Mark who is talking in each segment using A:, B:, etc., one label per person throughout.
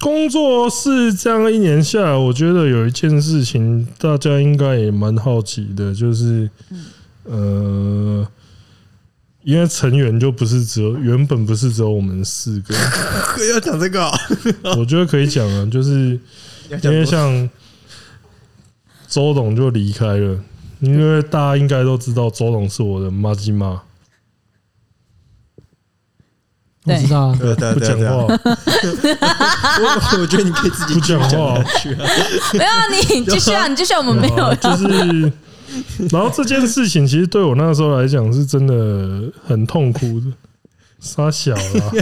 A: 工作室这样一年下来，我觉得有一件事情大家应该也蛮好奇的，就是，呃，因为成员就不是只有原本不是只有我们四个，
B: 要讲这个哦，
A: 我觉得可以讲啊，就是
B: 要
A: 因
B: 讲
A: 为
B: 多
A: 像周董就离开了，因为大家应该都知道周董是我的妈鸡妈，
C: 我知道啊，
B: 对对
A: 不
B: 对
A: 讲
B: 对，
A: 话，
B: 我我觉得你可以自己
A: 不讲话
B: 下去啊，
D: 没有你继续啊，你继续啊，我们没有
A: 对啊
D: 要
A: 就是。然后这件事情其实对我那时候来讲是真的很痛苦的，傻小啦。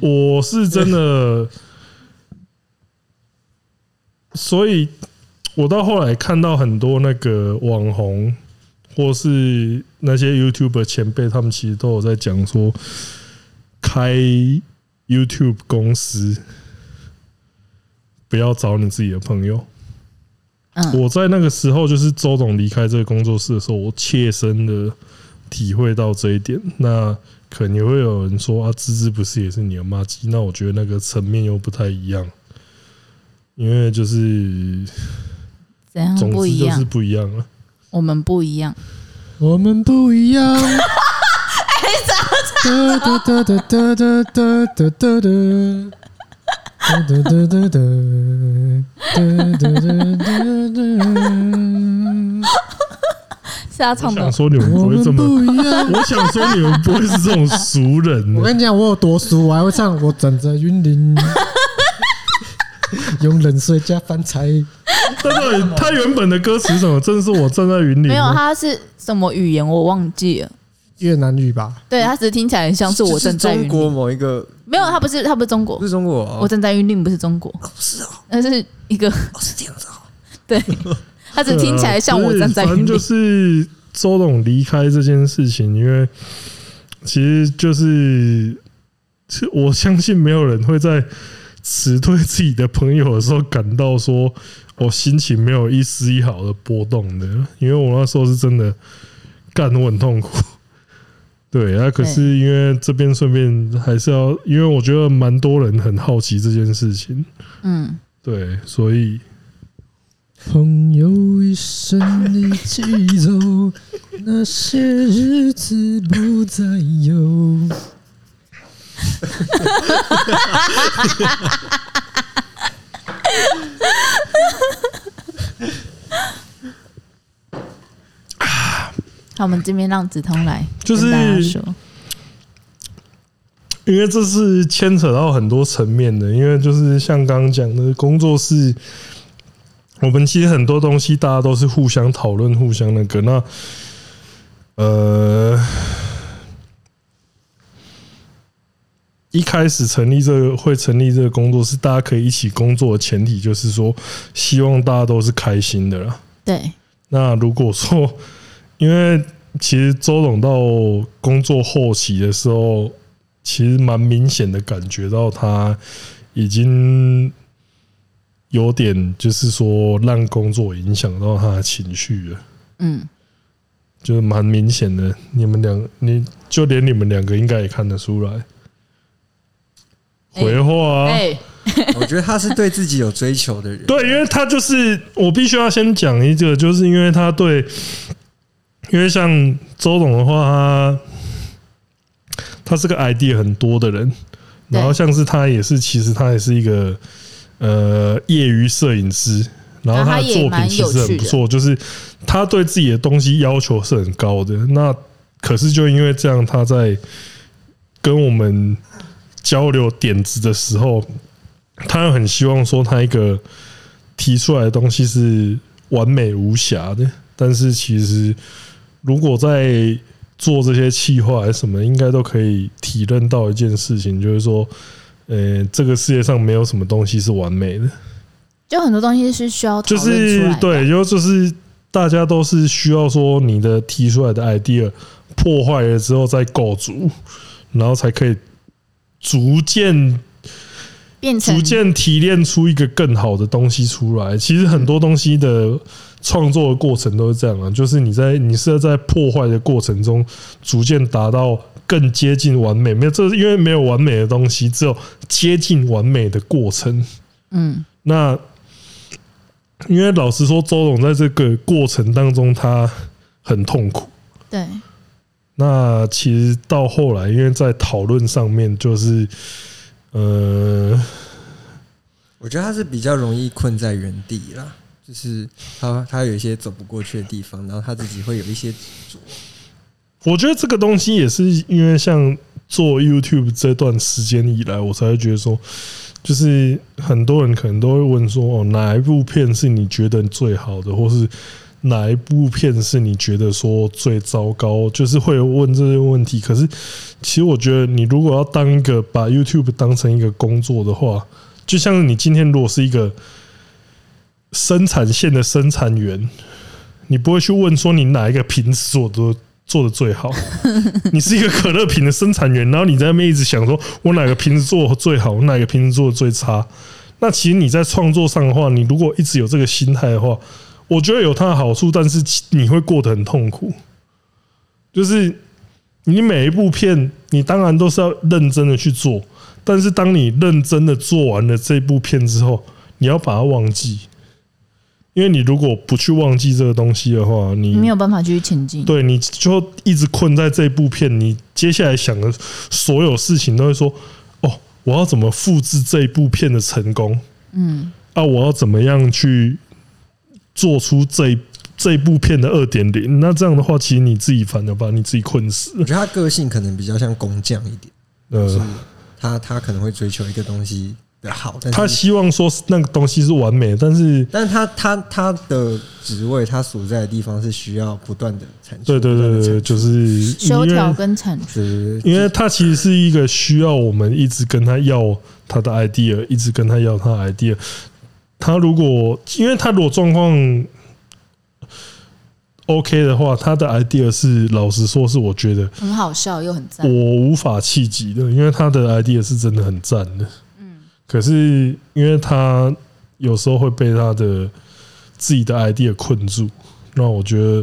A: 我是真的，所以我到后来看到很多那个网红或是那些 YouTuber 前辈，他们其实都有在讲说开 YouTube 公司。不要找你自己的朋友。
D: 嗯
A: 我在那个时候，就是周董离开这个工作室的时候，我切身的体会到这一点。那肯定会有人说啊，芝芝不是也是你的妈鸡？那我觉得那个层面又不太一样，因为就是
D: 怎样
A: 总
D: 嗯不
A: 之
D: 一
A: 就是
D: 样，
A: 不一样了。
D: 我们不一样。
C: 我们不一样。哒哒哒哒哒哒哒哒哒哒哒哒哒 哒哒哒哒哒哒。
D: 是他唱
A: 我
D: 的
A: 想，说你们
C: 我
A: 不会这
C: 们
A: 么，
C: 不一样。
A: 我想说你们不会是这种俗人
C: 我
A: 呢。
C: 跟你讲，我有多俗，我还会唱《我枕着云 林》，用冷水加饭菜。
A: 但是他原本的歌词是什么？真的是我站在云里吗，
D: 没有他是什么语言我忘记了。
C: 越南语吧，
D: 对
A: 嗯
D: 他只是听起来很像是我正在
B: 中
D: 云林，
B: 国某一个，
D: 没有他不是他不是中国
B: 不，是中国哦，
D: 我正在云林不是中国，
B: 是哦，
D: 那是一个
B: 哦是这样子哦，
D: 对，他只听起来像我站在
A: 对啊反
D: 云
A: 正就
D: 林。
A: 是周董离开这件事情，因为其实就是，是我相信没有人会在辞退自己的朋友的时候感到说我心情没有一丝一毫的波动的，因为我那时候是真的干我很痛苦。对啊，可是因为这边顺便还是要，因为我觉得蛮多人很好奇这件事情，
D: 嗯，
A: 对，所以
C: 朋友一生一起走，那些日子不再有。
D: 好，我们这边让梓潼来
A: 就是
D: 跟大家说，
A: 因为这是牵扯到很多层面的，因为就是像刚刚讲的工作室，我们其实很多东西大家都是互相讨论、互相那个。那呃，一开始成立这个会成立这个工作室，大家可以一起工作的前提就是说，希望大家都是开心的啦。
D: 对，
A: 那如果说，因为其实周董到工作后期的时候，其实蛮明显的感觉到他已经有点，就是说让工作影响到他的情绪了，
D: 嗯，
A: 就是蛮明显的。你们两，你就连你们两个应该也看得出来，回话、啊。
D: 哎，
B: 我觉得他是对自己有追求的人，
A: 对，因为他就是我必须要先讲一个，就是因为他对，因为像周董的话，他他是个 idea 很多的人，
D: 对
A: 然后像是他也是，其实他也是一个呃业余摄影师，然后
D: 然后
A: 他
D: 他
A: 的
D: 也
A: 作品
D: 蛮
A: 其
D: 有
A: 实
D: 趣
A: 很不
D: 的
A: 错，就是他对自己的东西要求是很高的。那可是就因为这样，他在跟我们交流点子的时候，他很希望说他一个提出来的东西是完美无瑕的，但是其实如果在做这些企划还是什么，应该都可以体认到一件事情，就是说，呃，这个世界上没有什么东西是完美的，
D: 就很多东西是需要讨
A: 就
D: 论出
A: 是
D: 来的，
A: 对，就就是大家都是需要说你的提出来的 idea 破坏了之后再构筑，然后才可以逐渐
D: 变成
A: 逐渐提炼出一个更好的东西出来。其实很多东西的创作的过程都是这样啊，就是你在你是在破坏的过程中，逐渐达到更接近完美。没有，这是因为没有完美的东西，只有接近完美的过程。
D: 嗯，
A: 那因为老实说，周董在这个过程当中，他很痛苦。
D: 对，
A: 那其实到后来，因为在讨论上面，就是呃，
B: 我觉得他是比较容易困在原地啦，就是他他有一些走不过去的地方，然后他自己会有一些执着。
A: 我觉得这个东西也是因为像做 YouTube 这段时间以来，我才会觉得说，就是很多人可能都会问说，哦，哪一部片是你觉得最好的，或是哪一部片是你觉得说最糟糕，就是会问这些问题。可是，其实我觉得你如果要当一个把 YouTube 当成一个工作的话，就像你今天如果是一个生产线的生产员，你不会去问说你哪一个瓶子做的做的最好。 你是一个可乐瓶的生产员，然后你在那边一直想说，我哪个瓶子做得最好，我哪个瓶子做的最差。那其实你在创作上的话，你如果一直有这个心态的话，我觉得有它的好处，但是其你会过得很痛苦。就是你每一部片，你当然都是要认真的去做，但是当你认真的做完了这部片之后，你要把它忘记，因为你如果不去忘记这个东西的话，你
D: 没有办法继续前进。
A: 嗯对，你就一直困在这部片，你接下来想的所有事情都会说：哦，我要怎么复制这部片的成功？
D: 嗯，
A: 啊，我要怎么样去做出这这部片的二点零？那这样的话，其实你自己反而把你自己困死
B: 我
A: 了。
B: 觉得他个性可能比较像工匠一点，就是
A: 呃，
B: 他他可能会追求一个东西的好，但是
A: 他希望说那个东西是完美的，但是
B: 但他他他的职位，他所在的地方是需要不断的产出，
A: 对对对对，就是因
D: 修
A: 为
D: 条跟产出，
B: 对对对，
A: 因为它其实是一个需要我们一直跟他要他的 idea，一直跟他要他的 idea。他如果因为他如果状况 OK 的话，他的 idea 是老实说，是我觉得
D: 很好笑又很赞
A: 我。无法企及的，因为他的 idea 是真的很赞的。
D: 嗯，
A: 可是因为他有时候会被他的自己的 idea 困住，那我觉得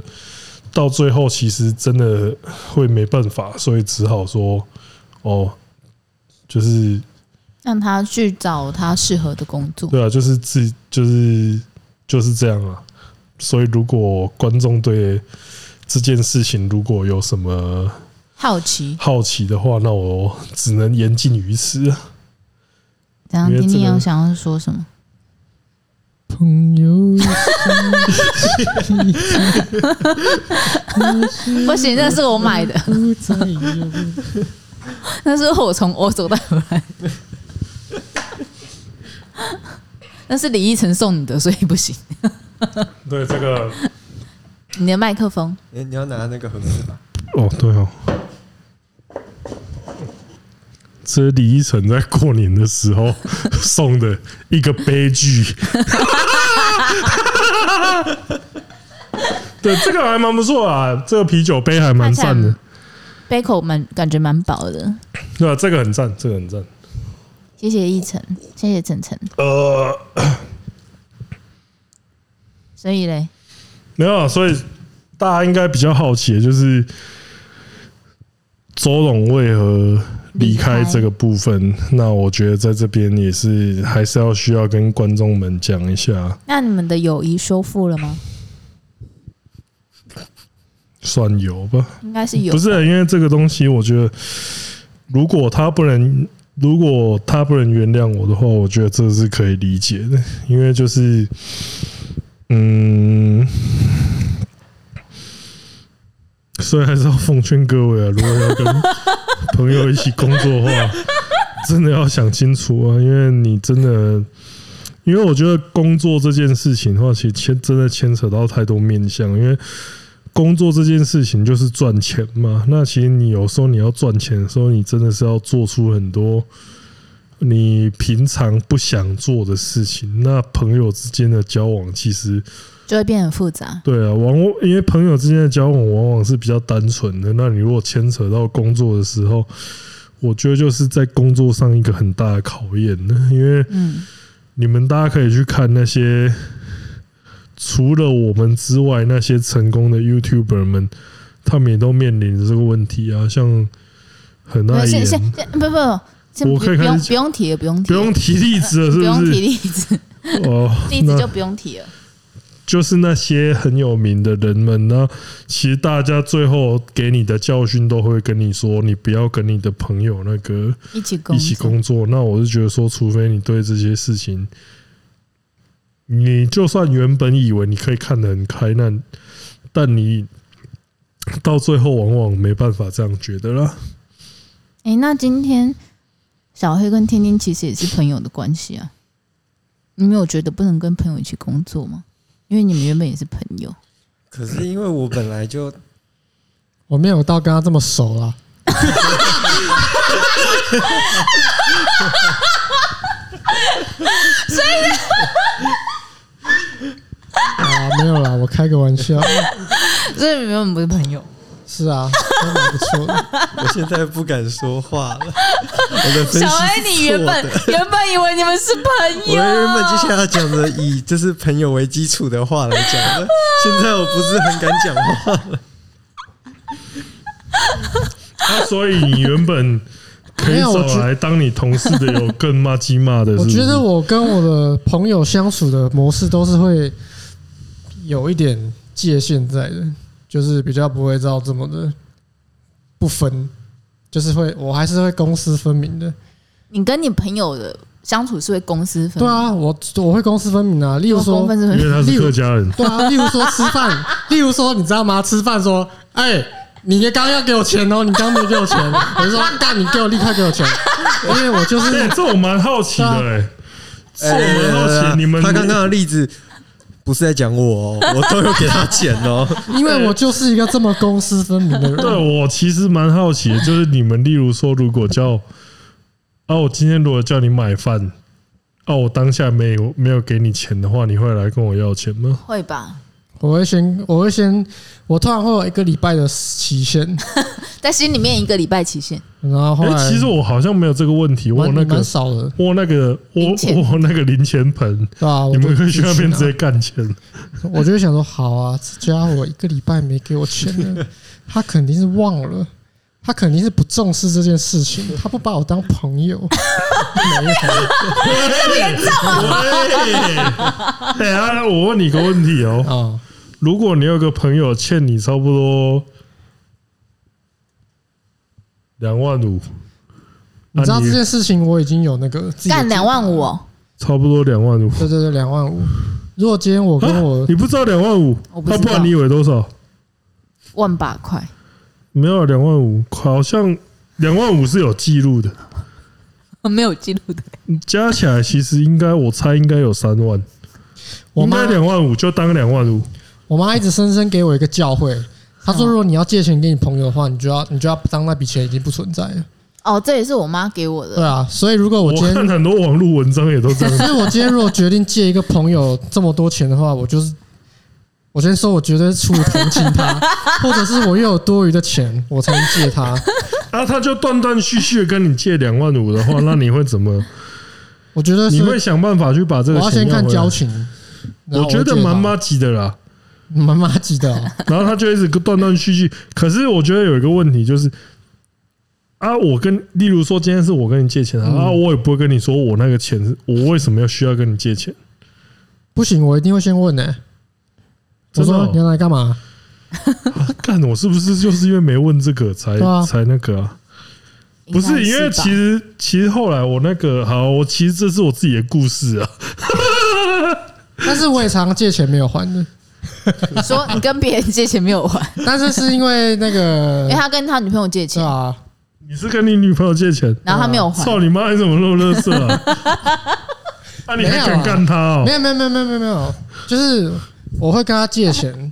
A: 到最后其实真的会没办法，所以只好说哦，就是
D: 让他去找他适合的工作。
A: 对啊，就是自就是就是这样啊。所以如果观众对这件事情如果有什么
D: 好奇，
A: 好奇的话，那我只能言尽于此啊。
D: 怎样？
A: 因为
D: 丁
A: 这个
D: 丁有想要说什么？
C: 朋友，
D: 不行，那是我买的，
C: 不再有
D: 那是我从欧洲带回来的。那是李依晨送你的，所以不行。
A: 对这个
D: 你的麦克风，
B: 你你要拿那个盒子吧，
A: 哦，对哦，这是李依晨在过年的时 候送的一个悲剧。 对，这个还蛮不错啊，这个啤酒杯还蛮赞的，
D: 杯口蛮感觉蛮薄的。
A: 对啊吧、这个很赞，这个很赞。
D: 谢谢依晨，谢谢晨晨。
A: 呃，
D: 所以嘞，
A: 没有啊，所以大家应该比较好奇，的就是周董为何离开这个部分？那我觉得在这边也是还是要需要跟观众们讲一下，
D: 那你们的友谊修复了吗？
A: 算有吧？
D: 应该是有，
A: 不是，因为这个东西，我觉得如果他不能，如果他不能原谅我的话，我觉得这是可以理解的，因为就是，嗯。所以还是要奉劝各位啊，如果要跟朋友一起工作的话， 真的要想清楚啊，因为你真的，因为我觉得工作这件事情的话，其实牵真的牵扯到太多面向，因为工作这件事情就是赚钱嘛。那其实你有时候你要赚钱的时候，你真的是要做出很多你平常不想做的事情。那朋友之间的交往，其实
D: 就会变得很复杂。
A: 对啊，往往因为朋友之间的交往往往是比较单纯的。那你如果牵扯到工作的时候，我觉得就是在工作上一个很大的考验呢，因为。
D: 嗯，
A: 你们大家可以去看那些除了我们之外那些成功的 YouTuber 们，他们也都面临着这个问题啊。像很
D: 没
A: 爱
D: 有先先
A: 演，
D: 先不不不，先
A: 我
D: 不
A: 可以
D: 不
A: 开
D: 用
A: 始
D: 不用提了，不用提
A: 不
D: 了，
A: 用提例子了，是
D: 不用提
A: 是？
D: 例子，
A: 哦，
D: 例子
A: 那
D: 就不用提了。
A: 就是那些很有名的人们呢，其实大家最后给你的教训都会跟你说，你不要跟你的朋友那个
D: 一起工
A: 一
D: 作
A: 起工作。那我是觉得说，除非你对这些事情，你就算原本以为你可以看得很开，那但你到最后往往没办法这样觉得 啦。
D: 哎、那今天小黑跟天天其实也是朋友的关系啊。你没有觉得不能跟朋友一起工作吗？因为你们原本也是朋友，
B: 可是因为我本来就
C: 我没有到跟他这么熟啦。啊，没有啦，我开个玩笑。
D: 所以你们原本不是朋友。
C: 是啊，还蛮不错的。
B: 我现在不敢说话了。我的分析
D: 小
B: 是
D: 黑，你原本
B: 错的
D: 原本以为你们是朋
B: 我
D: 友，
B: 原本就像要讲的以就是朋友为基础的话来讲的，现在我不是很敢讲话了。
A: 那所以你原本可以
C: 没有 我
A: 找
C: 觉
A: 来当你同事的有更骂鸡骂的，
C: 我
A: 是不
C: 觉
A: 是
C: 得我跟我的朋友相处的模式都是会有一点界限在的，就是比较不会照这么的不分，就是会我还是会公私分明的。
D: 你跟你朋友的相处是会公私分
C: 对
D: 明，
C: 啊，我我会公私分明啊。例如
D: 公
C: 说，
D: 分是分
A: 因
D: 明
A: 为他是客家 人，
C: 对啊，例如 说吃饭，例如说你知道吗？吃饭说，哎、你刚要给我钱哦，你刚没给我钱， 我就说干，你给我立刻给我钱，因为我 就是
A: 哎、这我蛮好奇的、
C: 啊
A: 哎，这我蛮好奇，
B: 哎
A: 你们
B: 他刚刚的例子不是在讲我哦，我都有给他钱哦。
C: 因为我就是一个这么公私分明的人。
A: 对我其实蛮好奇的，就是你们例如说，如果叫啊，我今天如果叫你买饭，啊，我当下没有没有给你钱的话，你会来跟我要钱吗？
D: 会吧？
C: 我会先，我会先，我突然会有一个礼拜的期限，
D: 在心里面一个礼拜期限，
C: 然后后
A: 哎、
C: 来、
A: 其实我好像没有这个问题，我有
C: 蛮
A: 那个
C: 蛮少的，
A: 我有那个我
D: 零钱
A: 我有那个零钱盆，
C: 对吧、哦我
A: 你们
C: 就
A: 可以去那边直接
C: 拿
A: 干钱。
C: 我就会想说，好啊，这家伙一个礼拜没给我钱 了，他肯定是忘了，他肯定是不重视这件事情，他不把我当 朋友。没有
A: 喂， 哎啊，我问你个问题哦，
C: 啊，
A: 如果你有个朋友欠你差不多两万五，
C: 你知道
A: 那
C: 这件事情我已经有那个自己的
D: 干两万五、哦，
A: 差不多两万五，
C: 对对对，两万五。如果今天我跟 我
A: 啊你不知道两万五
D: 我，不知
A: 那
D: 道
A: 不然你以为多少？
D: 万把块，
A: 没有两万五，好像两万五是有记录的，
D: 没有记录的。
A: 加起来其实应该我猜应该有三万，
C: 我
A: 应
C: 妈
A: 该两万五就当两万五，
C: 我妈一直深深给我一个教诲，她
A: 啊
C: 说如果你要借钱给你朋友的话，你就要你就要当那笔钱已经不存在了。
D: 哦，这也是我妈给我
C: 对
D: 的。
C: 啊，所以如果我
A: 我
C: 今
A: 看
C: 天，
A: 很多网络文章也都 这样。
C: 所以我今天如果决定借一个朋友这么多钱的话，我就是我先说，我绝对是出于同情他， 或者是我又有多余的钱，我才能借他。
A: 啊，他就断断续续地跟你借两万五的 话，那你会怎么？
C: 我觉得
A: 你
C: 是，
A: 会想办法去把这
C: 我
A: 个
C: 要
A: 钱
C: 先
A: 要
C: 看
A: 回来
C: 交。情。然
A: 我
C: 后
A: 觉得
C: 借他
A: 蛮妈级的啦，
C: 蛮妈级 的哦、
A: 然后他就一直断断续续。可是我觉得有一个问题就是，啊，我跟例如说今天是我跟你借钱啊，
C: 嗯
A: 啊我也不会跟你说我那个钱是我为什么要需要跟你借钱，
C: 不行，我一定会先问呢、我
A: 真的
C: 说
A: 哦
C: 你要来干嘛？
A: 看我是不是就是因为没问这个才
C: 对啊
A: 才那个啊？不
D: 应该
A: 是因为
D: 吧
A: 其实其实后来我那个好，我其实这是我自己的故事啊，
C: 但是我也常借钱没有还的，
D: 你 说你跟别人借钱没有 还，
C: 但是是因为那个
D: 因哎为他跟他女朋友借
C: 嗯对
D: 钱，
C: 啊，
A: 你是跟你女朋友借钱，
D: 然后他没有还，
A: 操你妈！你怎么那么乐色啊？ 啊，你还敢干他哦
C: 没？有没有没有没有没有没有，就是我会跟他借钱，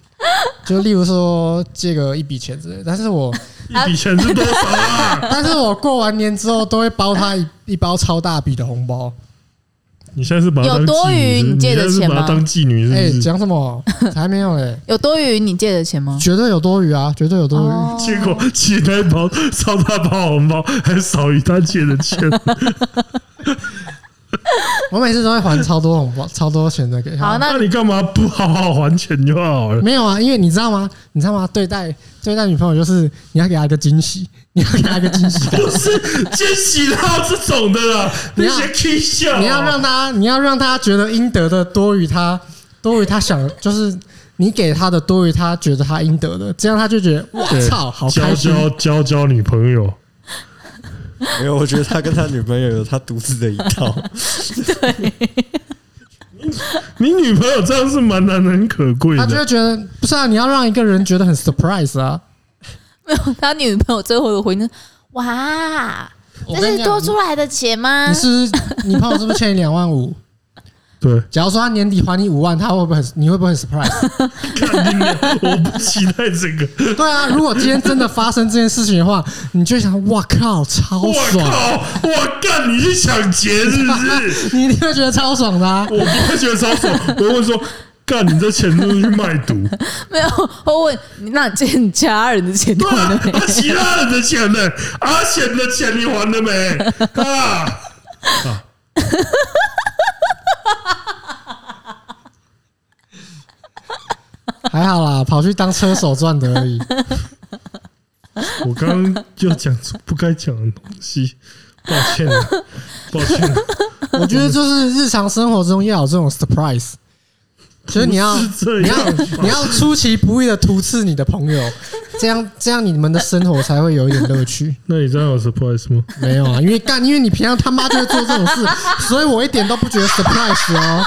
C: 就例如说借个一笔钱之类的，但是我
A: 一笔钱是多少啊？
C: 但是我过完年之后都会包他一一包超大笔的红包。
A: 你现在是把他当
D: 有多余
A: 妓女
D: 你借的
A: 是不是你现在是
D: 钱吗
A: 把他当妓女
D: 嗯
A: 是
C: 哎，
A: 不是？
C: 讲什么？还没有 哎，
D: 有多余你借的钱吗？
C: 绝对有多余啊，绝对有多余。
D: 哦
A: 结果借那包超大包红包还少于他借的钱，
C: 我每次都会还超 多红包，超多钱的给他。
D: 好，啊那
A: 那你干嘛不好好还钱就好了？
C: 没有啊，因为你知道吗？你知道吗？对待对待女朋友就是你要给她一个惊喜， 你要给她一个惊 喜感，
A: 不是惊喜到这种的啦，
C: 你要
A: 些 K 笑啊，
C: 你要让她，你要让她觉得应得的多于她多于她想，就是你给她的多于她觉得她应得的，这样她就觉得哇
A: 对
C: 操，好
A: 交
C: 开心。
A: 交交交女朋友，
B: 没有，我觉得他跟他女朋友有他独自的一套。
A: 你女朋友这样是蛮难能可贵
C: 她就
A: 的。
C: 会觉得不是啊，你要让一个人觉得很 surprise 啊。
D: 没有他女朋友最后的回应是：哇，
C: 我
D: 这
C: 跟你
D: 是
C: 讲
D: 多，出来的钱吗
C: 你？是不是
A: 嗯
C: 你朋友是不是欠你两万 五？
A: 对，
C: 假如说他年底还你五万，他会不会很你会不会很 surprise？
A: 看你我不期待这个。
C: 对啊，如果今天真的发生这件事情的话，你就会想哇靠，超
A: 我
C: 爽。
A: 靠！我干！你去抢劫是不是？
C: 你一定会觉得超爽的、啊。
A: 我不会觉得超爽。我会问说：“干，你这钱是不是去卖 毒？
D: 没有，我问你，那你家人的钱
A: 对
D: 还
A: 啊
D: 了，没
A: 啊？其他人的钱呢？阿贤的钱你还了没？ 啊啊！
C: 还好啦，跑去当车手赚的而已。
A: 我刚刚就讲出不该讲的东西，抱歉了，抱歉啊了。
C: 我觉得就是日常生活中要有这种 surprise，就是你要
A: 不是这
C: 你
A: 样
C: 要
A: 吧
C: 你要出其不意的突刺你的朋友，这样这样你们的生活才会有一点乐趣。
A: 那你这样有 surprise 吗？
C: 没有啊，因为干，因为你平常他妈就会做这种事，所以我一点都不觉得 surprise 哦。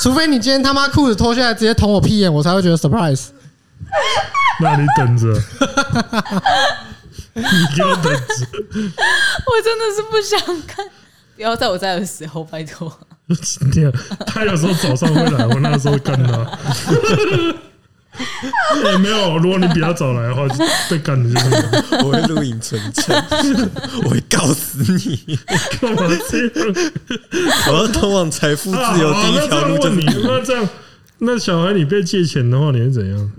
C: 除非你今天他妈裤子脱下来直接捅我屁眼，我才会觉得 surprise。
A: 那你等着，你给我等着。
D: 我真的是不想看，不要在我在的时候，拜托。
A: 今天他有时候早上会来，我那时候干他。欸、没有，如果你比他早来的话，就被干的就是我
B: 我会录影存证， 我会告死你！
A: 干嘛这样？
B: 我要通往财富
A: 啊
B: 自由
A: 好
B: 第一
A: 那这
B: 条
A: 样
B: 路就
A: 问
B: 是
A: 你，
B: 你。
A: 那这样，那小孩你被借钱的话，你会怎样？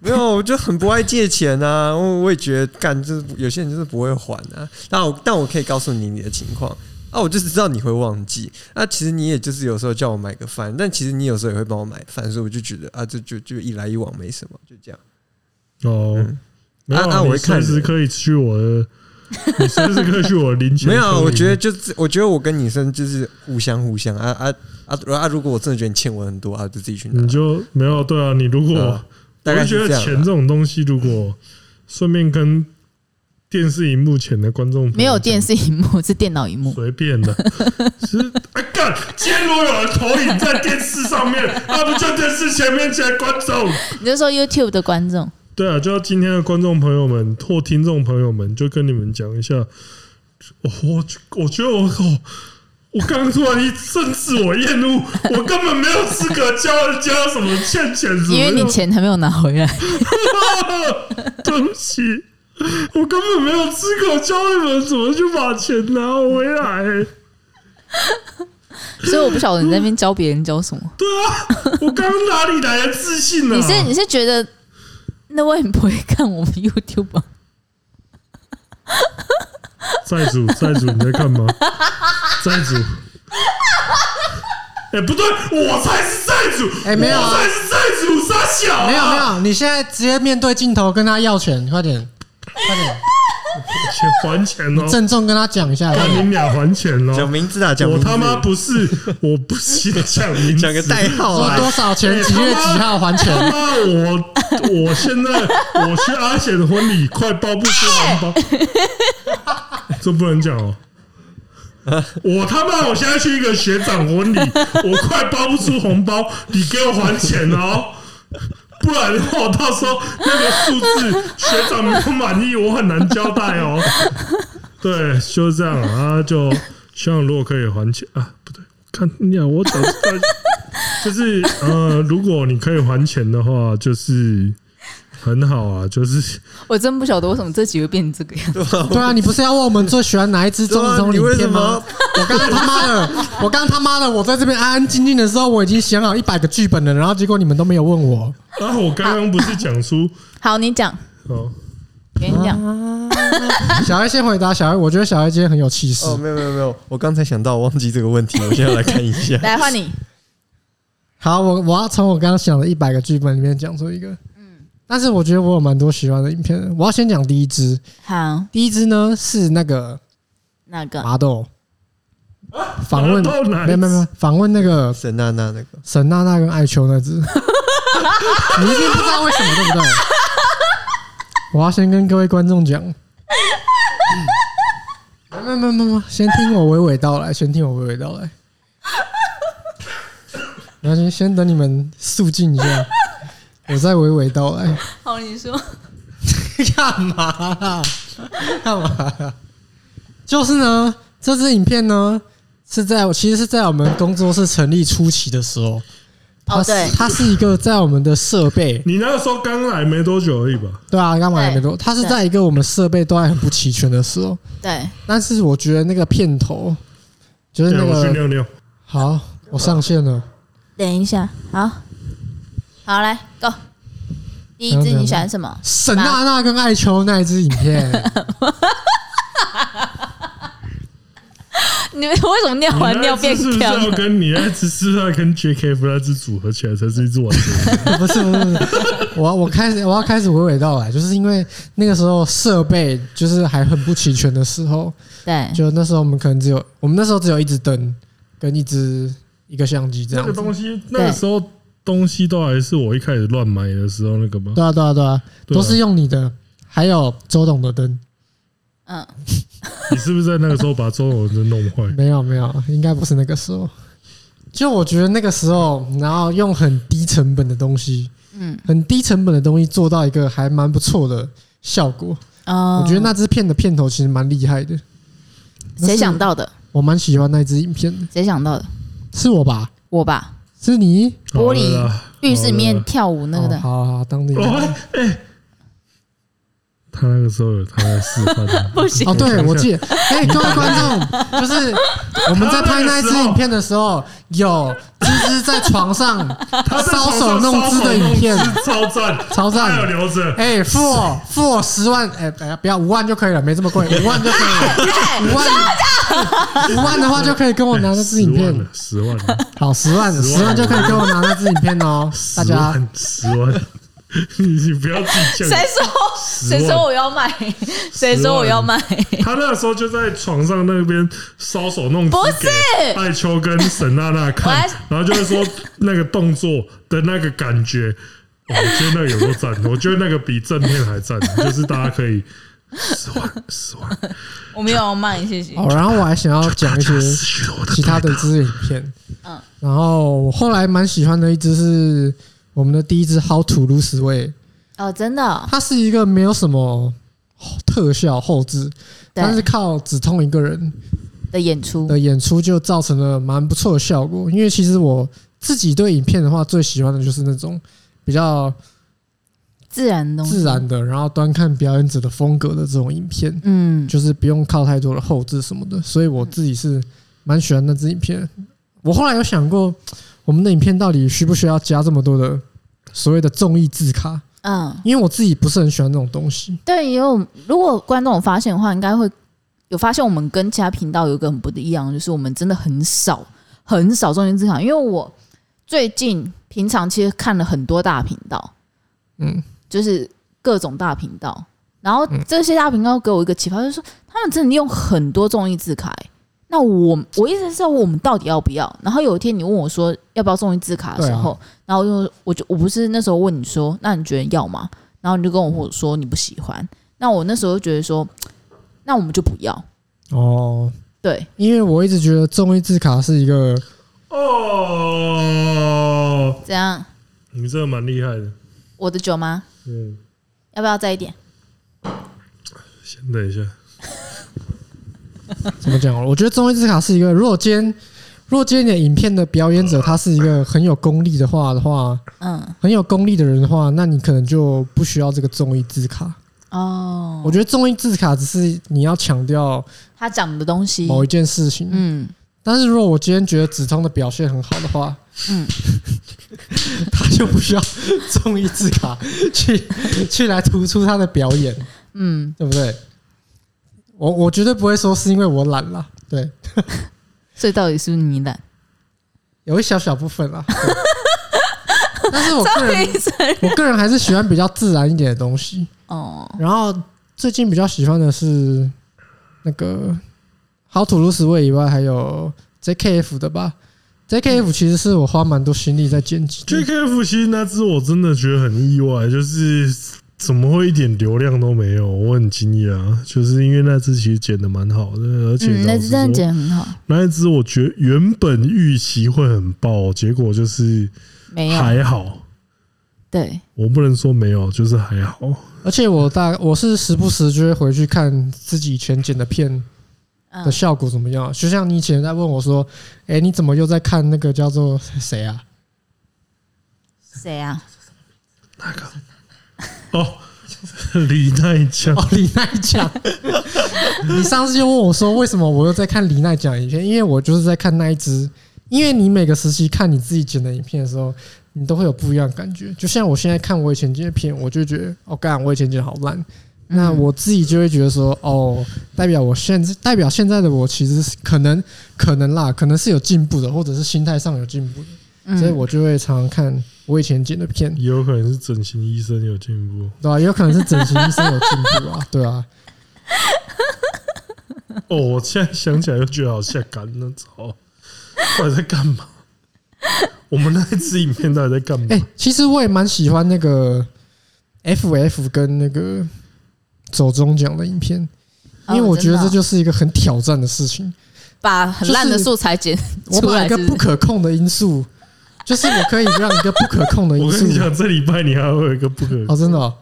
B: 没有，我就很不爱借钱啊，我我也觉得干，就是有些人就是不会还啊。但我但我可以告诉你你的情况啊，我就知道你会忘记。啊，其实你也就是有时候叫我买个饭，但其实你有时候也会帮我买饭，所以我就觉得啊，这就就一来一往没什么，就这样。
A: 哦，没有
B: 啊啊
A: 你
B: 我会看
A: 随时
B: 人
A: 可以去我的，你随时可以去我的零钱。
B: 没有啊，我觉得就是，我觉得我跟女生就是互相互相啊啊啊如啊！如果我真的觉得你欠我很多啊，就自己去拿。
A: 你就没有对啊。你如果
B: 啊大
A: 我
B: 概
A: 就觉
B: 是
A: 得
B: 这
A: 钱这
B: 样啊。
A: 种东西，如果顺便跟电视荧幕前的观众朋友
D: 没有
A: 讲
D: 电视荧幕，是电脑荧幕。
A: 随便 的，是啊干！今天如果有人投影在电视上面，那、不就电视前面前观众？
D: 你就说 YouTube 的观众，
A: 对啊，就要今天的观众朋友们或听众朋友们，就跟你们讲一下，哦我我我觉得我靠。我刚刚突然一阵自我厌恶，我根本没有资格教人家什么欠钱什么，
D: 因为你钱还没有拿回来，
A: 东西，我根本没有资格教你们怎么去把钱拿回来、
D: 所以我不晓得你在那边教别人教什么。
A: 对啊，我刚刚哪里来的自信啊呢、
C: 啊
D: 你是你是觉得那为什么不会看我们 YouTube 吗？
A: 债主，债主你在干 嘛？债主。哎、不对，我才是债主！
C: 哎没有啊
A: 我才是债主，傻小、啊！
C: 没有没，有，你现在直接面对镜头跟他要钱，快点，快点，
A: 钱还钱哦！
C: 郑重跟他讲一下。
A: 那你们俩还钱
B: 讲
A: 哦！
B: 名字啊，讲
A: 我
B: 名字
A: 他妈不是，我不是讲名字，
B: 讲个代号
C: 说多
B: 啊！
C: 少钱？几月几号还
A: 他
C: 钱？
A: 妈，我我现在我去阿显的婚礼，快包不出红包，这不能讲哦。我他妈！我现在去一个学长婚礼，我快包不出红包，你给我还钱哦，不然的话，我到时候那个数字学长没有满意，我很难交代哦。对，就是这样啊，就希望如果可以还钱啊，不对，看你啊，我早知道。就是呃，如果你可以还钱的话，就是很好啊。就是
D: 我真不晓得为什么这集会变成这个样子。
C: 对啊，你不是要问我们最喜欢哪一支中
B: 对啊
C: 中
B: 你
C: 影
B: 为
C: 片
B: 什
C: 吗
B: 么？
C: 我刚刚他妈的，我刚刚他妈的，我在这边安安静静的时候，我已经想好一百个剧本了，然后结果你们都没有问我。
A: 啊，我刚刚不是讲出
D: 好，你讲，
A: 哦，
D: 跟你讲，。
C: 啊小艾先回答小艾，我觉得小艾今天很有气势
B: 哦，。没有没有没有，我刚才想到忘记这个问题，我现在来看一下
D: 来换你。
C: 好，我我要从我刚刚想的一百个剧本里面讲出一个。但是我觉得我有蛮多喜欢的影片的。我要先讲第一支，
D: 好，
C: 第一支呢是那个
D: 那个
C: 麻豆访问，
A: 麻豆哪一
C: 没有没有没有访问那个
B: 沈娜娜那个，
C: 沈娜娜跟艾秋那只，你一定不知道为什么，对不对？我要先跟各位观众讲，没有没有没有没有，先听我娓娓道来，先听我娓娓道来。没关系，先等你们肃静一下，我再娓娓道来。
D: 好，你说
C: 干嘛啦？干嘛啦？就是呢，这支影片呢是在我其实是在我们工作室成立初期的时候，它是、
D: 对
C: 它是一个在我们的设备
A: 你那时候刚来没多久而已吧？
C: 对啊，干嘛也没多，它是在一个我们设备都还很不齐全的时候，
D: 对，
C: 但是我觉得那个片头就是
A: 对，
C: 那
A: 哎我去
C: 个
A: 尿尿。
C: 好，我上线了，
D: 等一下，好，好来，Go。第一支你喜欢什么？
C: 沈娜娜跟艾秋那一支影片，
D: 你们为什么尿完尿变
A: 你那只是不是
D: 强
A: 要？跟你那只是要跟 J.K. 弗拉兹组合起来才是一只完整的？
C: 不是不是，不是，我我开始我要开始娓娓道来，就是因为那个时候设备就是还很不齐全的时候，
D: 对，
C: 就那时候我们可能只有我们那时候只有一只灯跟一只一个相 机这
A: 那
C: 样
A: 个
C: 子。
A: 东西，那个时候东西都还是我一开始乱买的时候那个吗？
C: 对啊对啊对啊，
A: 对啊
C: 都是用你的，还有周董的灯，
D: 嗯，
A: 你是不是在那个时候把周董的弄 坏？
C: 没有没有，应该不是那个时候。就我觉得那个时候，然后用很低成本的东西，
D: 嗯，
C: 很低成本的东西做到一个还蛮不错的效果。
D: 哦，
C: 我觉得那支片的片头其实蛮厉害的，
D: 谁想到的？
C: 我蛮喜欢那支影片的，
D: 谁想到的？
C: 是我吧？
D: 我吧，
C: 是你？
D: 玻璃
A: 好了啦
D: 浴室里
A: 好
D: 面
A: 了
D: 跳舞那个
C: 哦
D: 的，
C: 好好好，当你。
A: 哦，哎、他那个时候有他在示范的，
D: 不行，
C: 哦， 对，我记得，哎、各位观众，就是我们在拍那一支影片的时候，有芝芝在 床上
A: 他在床上
C: 搔首弄姿的影片
A: 搔首，弄姿 超赞，
C: 超赞
A: 他有留着。
C: 哎、付我付我十万，哎、哎呀，不要五万就可以了，没这么 贵，五万就可以了，五万，五万的话就可以跟我拿那支影
A: 十万
C: 片
A: 了，，十万 了，
C: 好，十万，
A: 十万
C: 十万就可以跟我拿那支影片哦，
A: 十
C: 大家
A: 万，十万，你 你不要自己
D: 谁
A: 讲。
D: 说
A: 万
D: 谁说我要买？谁说我要买？
A: 他那个时候就在床上那边搔首弄姿
D: 不
A: 给
D: 是
A: 艾秋跟沈娜娜
D: 我还
A: 看，然后就是说那个动作的那个感觉，哇我觉得那个有多赞，我觉得那个比正片还赞，就是大家可以十万十万，
D: 我没有要卖，谢谢。
C: 哦，然后我还想要讲一些。
A: 失去了我的
C: 其他
A: 对
C: 的
A: 打
C: 一支影片。
D: 嗯
C: 然后我后来蛮喜欢的一支是我们的第一支《How to Lose Weight》，
D: 哦，真的哦，
C: 它是一个没有什么特效后置，但是
D: 对
C: 靠只通一个人
D: 的演出，
C: 的演出就造成了蛮不错的效果。因为其实我自己对影片的话，最喜欢的就是那种比较
D: 自然的东西，
C: 自然的，然后端看表演者的风格的这种影片，
D: 嗯，
C: 就是不用靠太多的后置什么的。所以我自己是蛮喜欢那支影片。我后来有想过，我们的影片到底需不需要加这么多的所谓的综艺字卡？
D: 嗯，
C: 因为我自己不是很喜欢那种东西。
D: 对，也有如果观众有发现的话，应该会有发现我们跟其他频道有一个很不一样，就是我们真的很少很少中间资产，因为我最近平常其实看了很多大频道，
C: 嗯，
D: 就是各种大频道，然后
C: 嗯
D: 这些大频道给我一个启发，就是说他们真的用很多综艺字卡、欸那我我一直在问我们到底要不要？然后有一天你问我说要不要综艺字卡的时候，然后我就我就我不是那时候问你说，那你觉得要吗？然后你就跟我说你不喜欢。那我那时候就觉得说，那我们就不要。
C: 哦，
D: 对，
C: 因为我一直觉得综艺字卡是一个
A: 哦，
D: 怎样？
A: 你们真的蛮厉害的，
D: 我的酒吗？
A: 嗯，
D: 要不要再一点？
A: 先等一下，
C: 怎么讲？我觉得综艺字卡是一个，如果今天如果今天你的影片的表演者他是一个很有功力的话的话，
D: 嗯，
C: 很有功力的人的话，那你可能就不需要这个综艺字卡。
D: 哦，
C: 我觉得综艺字卡只是你要强调
D: 他讲的东西，
C: 某一件事情。
D: 嗯，
C: 但是如果我今天觉得子通的表现很好的话，
D: 嗯，
C: 他就不需要综艺字卡去去来突出他的表演。
D: 嗯，
C: 对不对？我我绝对不会说是因为我懒啦，对，
D: 所以到底是不是你懒？
C: 有一小小部分啦。对但是我个
D: 终
C: 人
D: 于承认
C: 我个人还是喜欢比较自然一点的东西。
D: 哦，
C: 然后最近比较喜欢的是那个好土如斯味以外，还有 JKF 的吧。JKF 其实是我花蛮多心力在剪辑的，
A: JKF 其实那支我真的觉得很意外，就是怎么会一点流量都没有？我很惊讶，啊就是因为那支其实剪的蛮好的，而且
D: 嗯，
A: 老
D: 那
A: 实
D: 是真的
A: 说
D: 剪得很好，
A: 那一支我觉得原本预期会很爆，结果就是
D: 没有
A: 还好。
D: 对，
A: 我不能说没有，就是还好。
C: 而且我大我是时不时就会回去看自己以前剪的片
D: 嗯
C: 的，效果怎么样。就像你以前在问我说：“哎，你怎么又在看那个叫做谁啊？
D: 谁啊？
A: 哦， 李奈江
C: 哦，李奈讲。 你上次就问我说，为什么我又在看李奈讲影片？因为我就是在看那一支。因为你每个时期看你自己剪的影片的时候，你都会有不一样的感觉。就像我现在看我以前剪的片，我就觉得，哦，干，我以前剪的好烂。那我自己就会觉得说，哦，代表我现在代表现在的我其实是可能可能啦，可能是有进步的，或者是心态上有进步的，
D: 嗯
C: 所以我就会常常看我以前剪的片。
A: 也有可能是整形医生有进步。
C: 对啊，有可能是整形医生有进步啊，对啊，
A: 哦，我现在想起来又觉得好下感那操，到底在干嘛？我们那一支影片到底在干嘛？
C: 哎、其实我也蛮喜欢那个 F F 跟那个走中奖的影片，因为
D: 哦
C: 我觉得
D: 真的哦
C: 这就是一个很挑战的事情。
D: 把很烂的
C: 就是
D: 素材剪
C: 我
D: 出
C: 把
D: 来
C: 一个
D: 是不
C: 不
D: 是
C: 可控的 因素，就是我可以让一个不可控的因
A: 我
C: 素
A: 跟你，讲，这礼拜你还会有一个不可
C: 哦，真的、哦，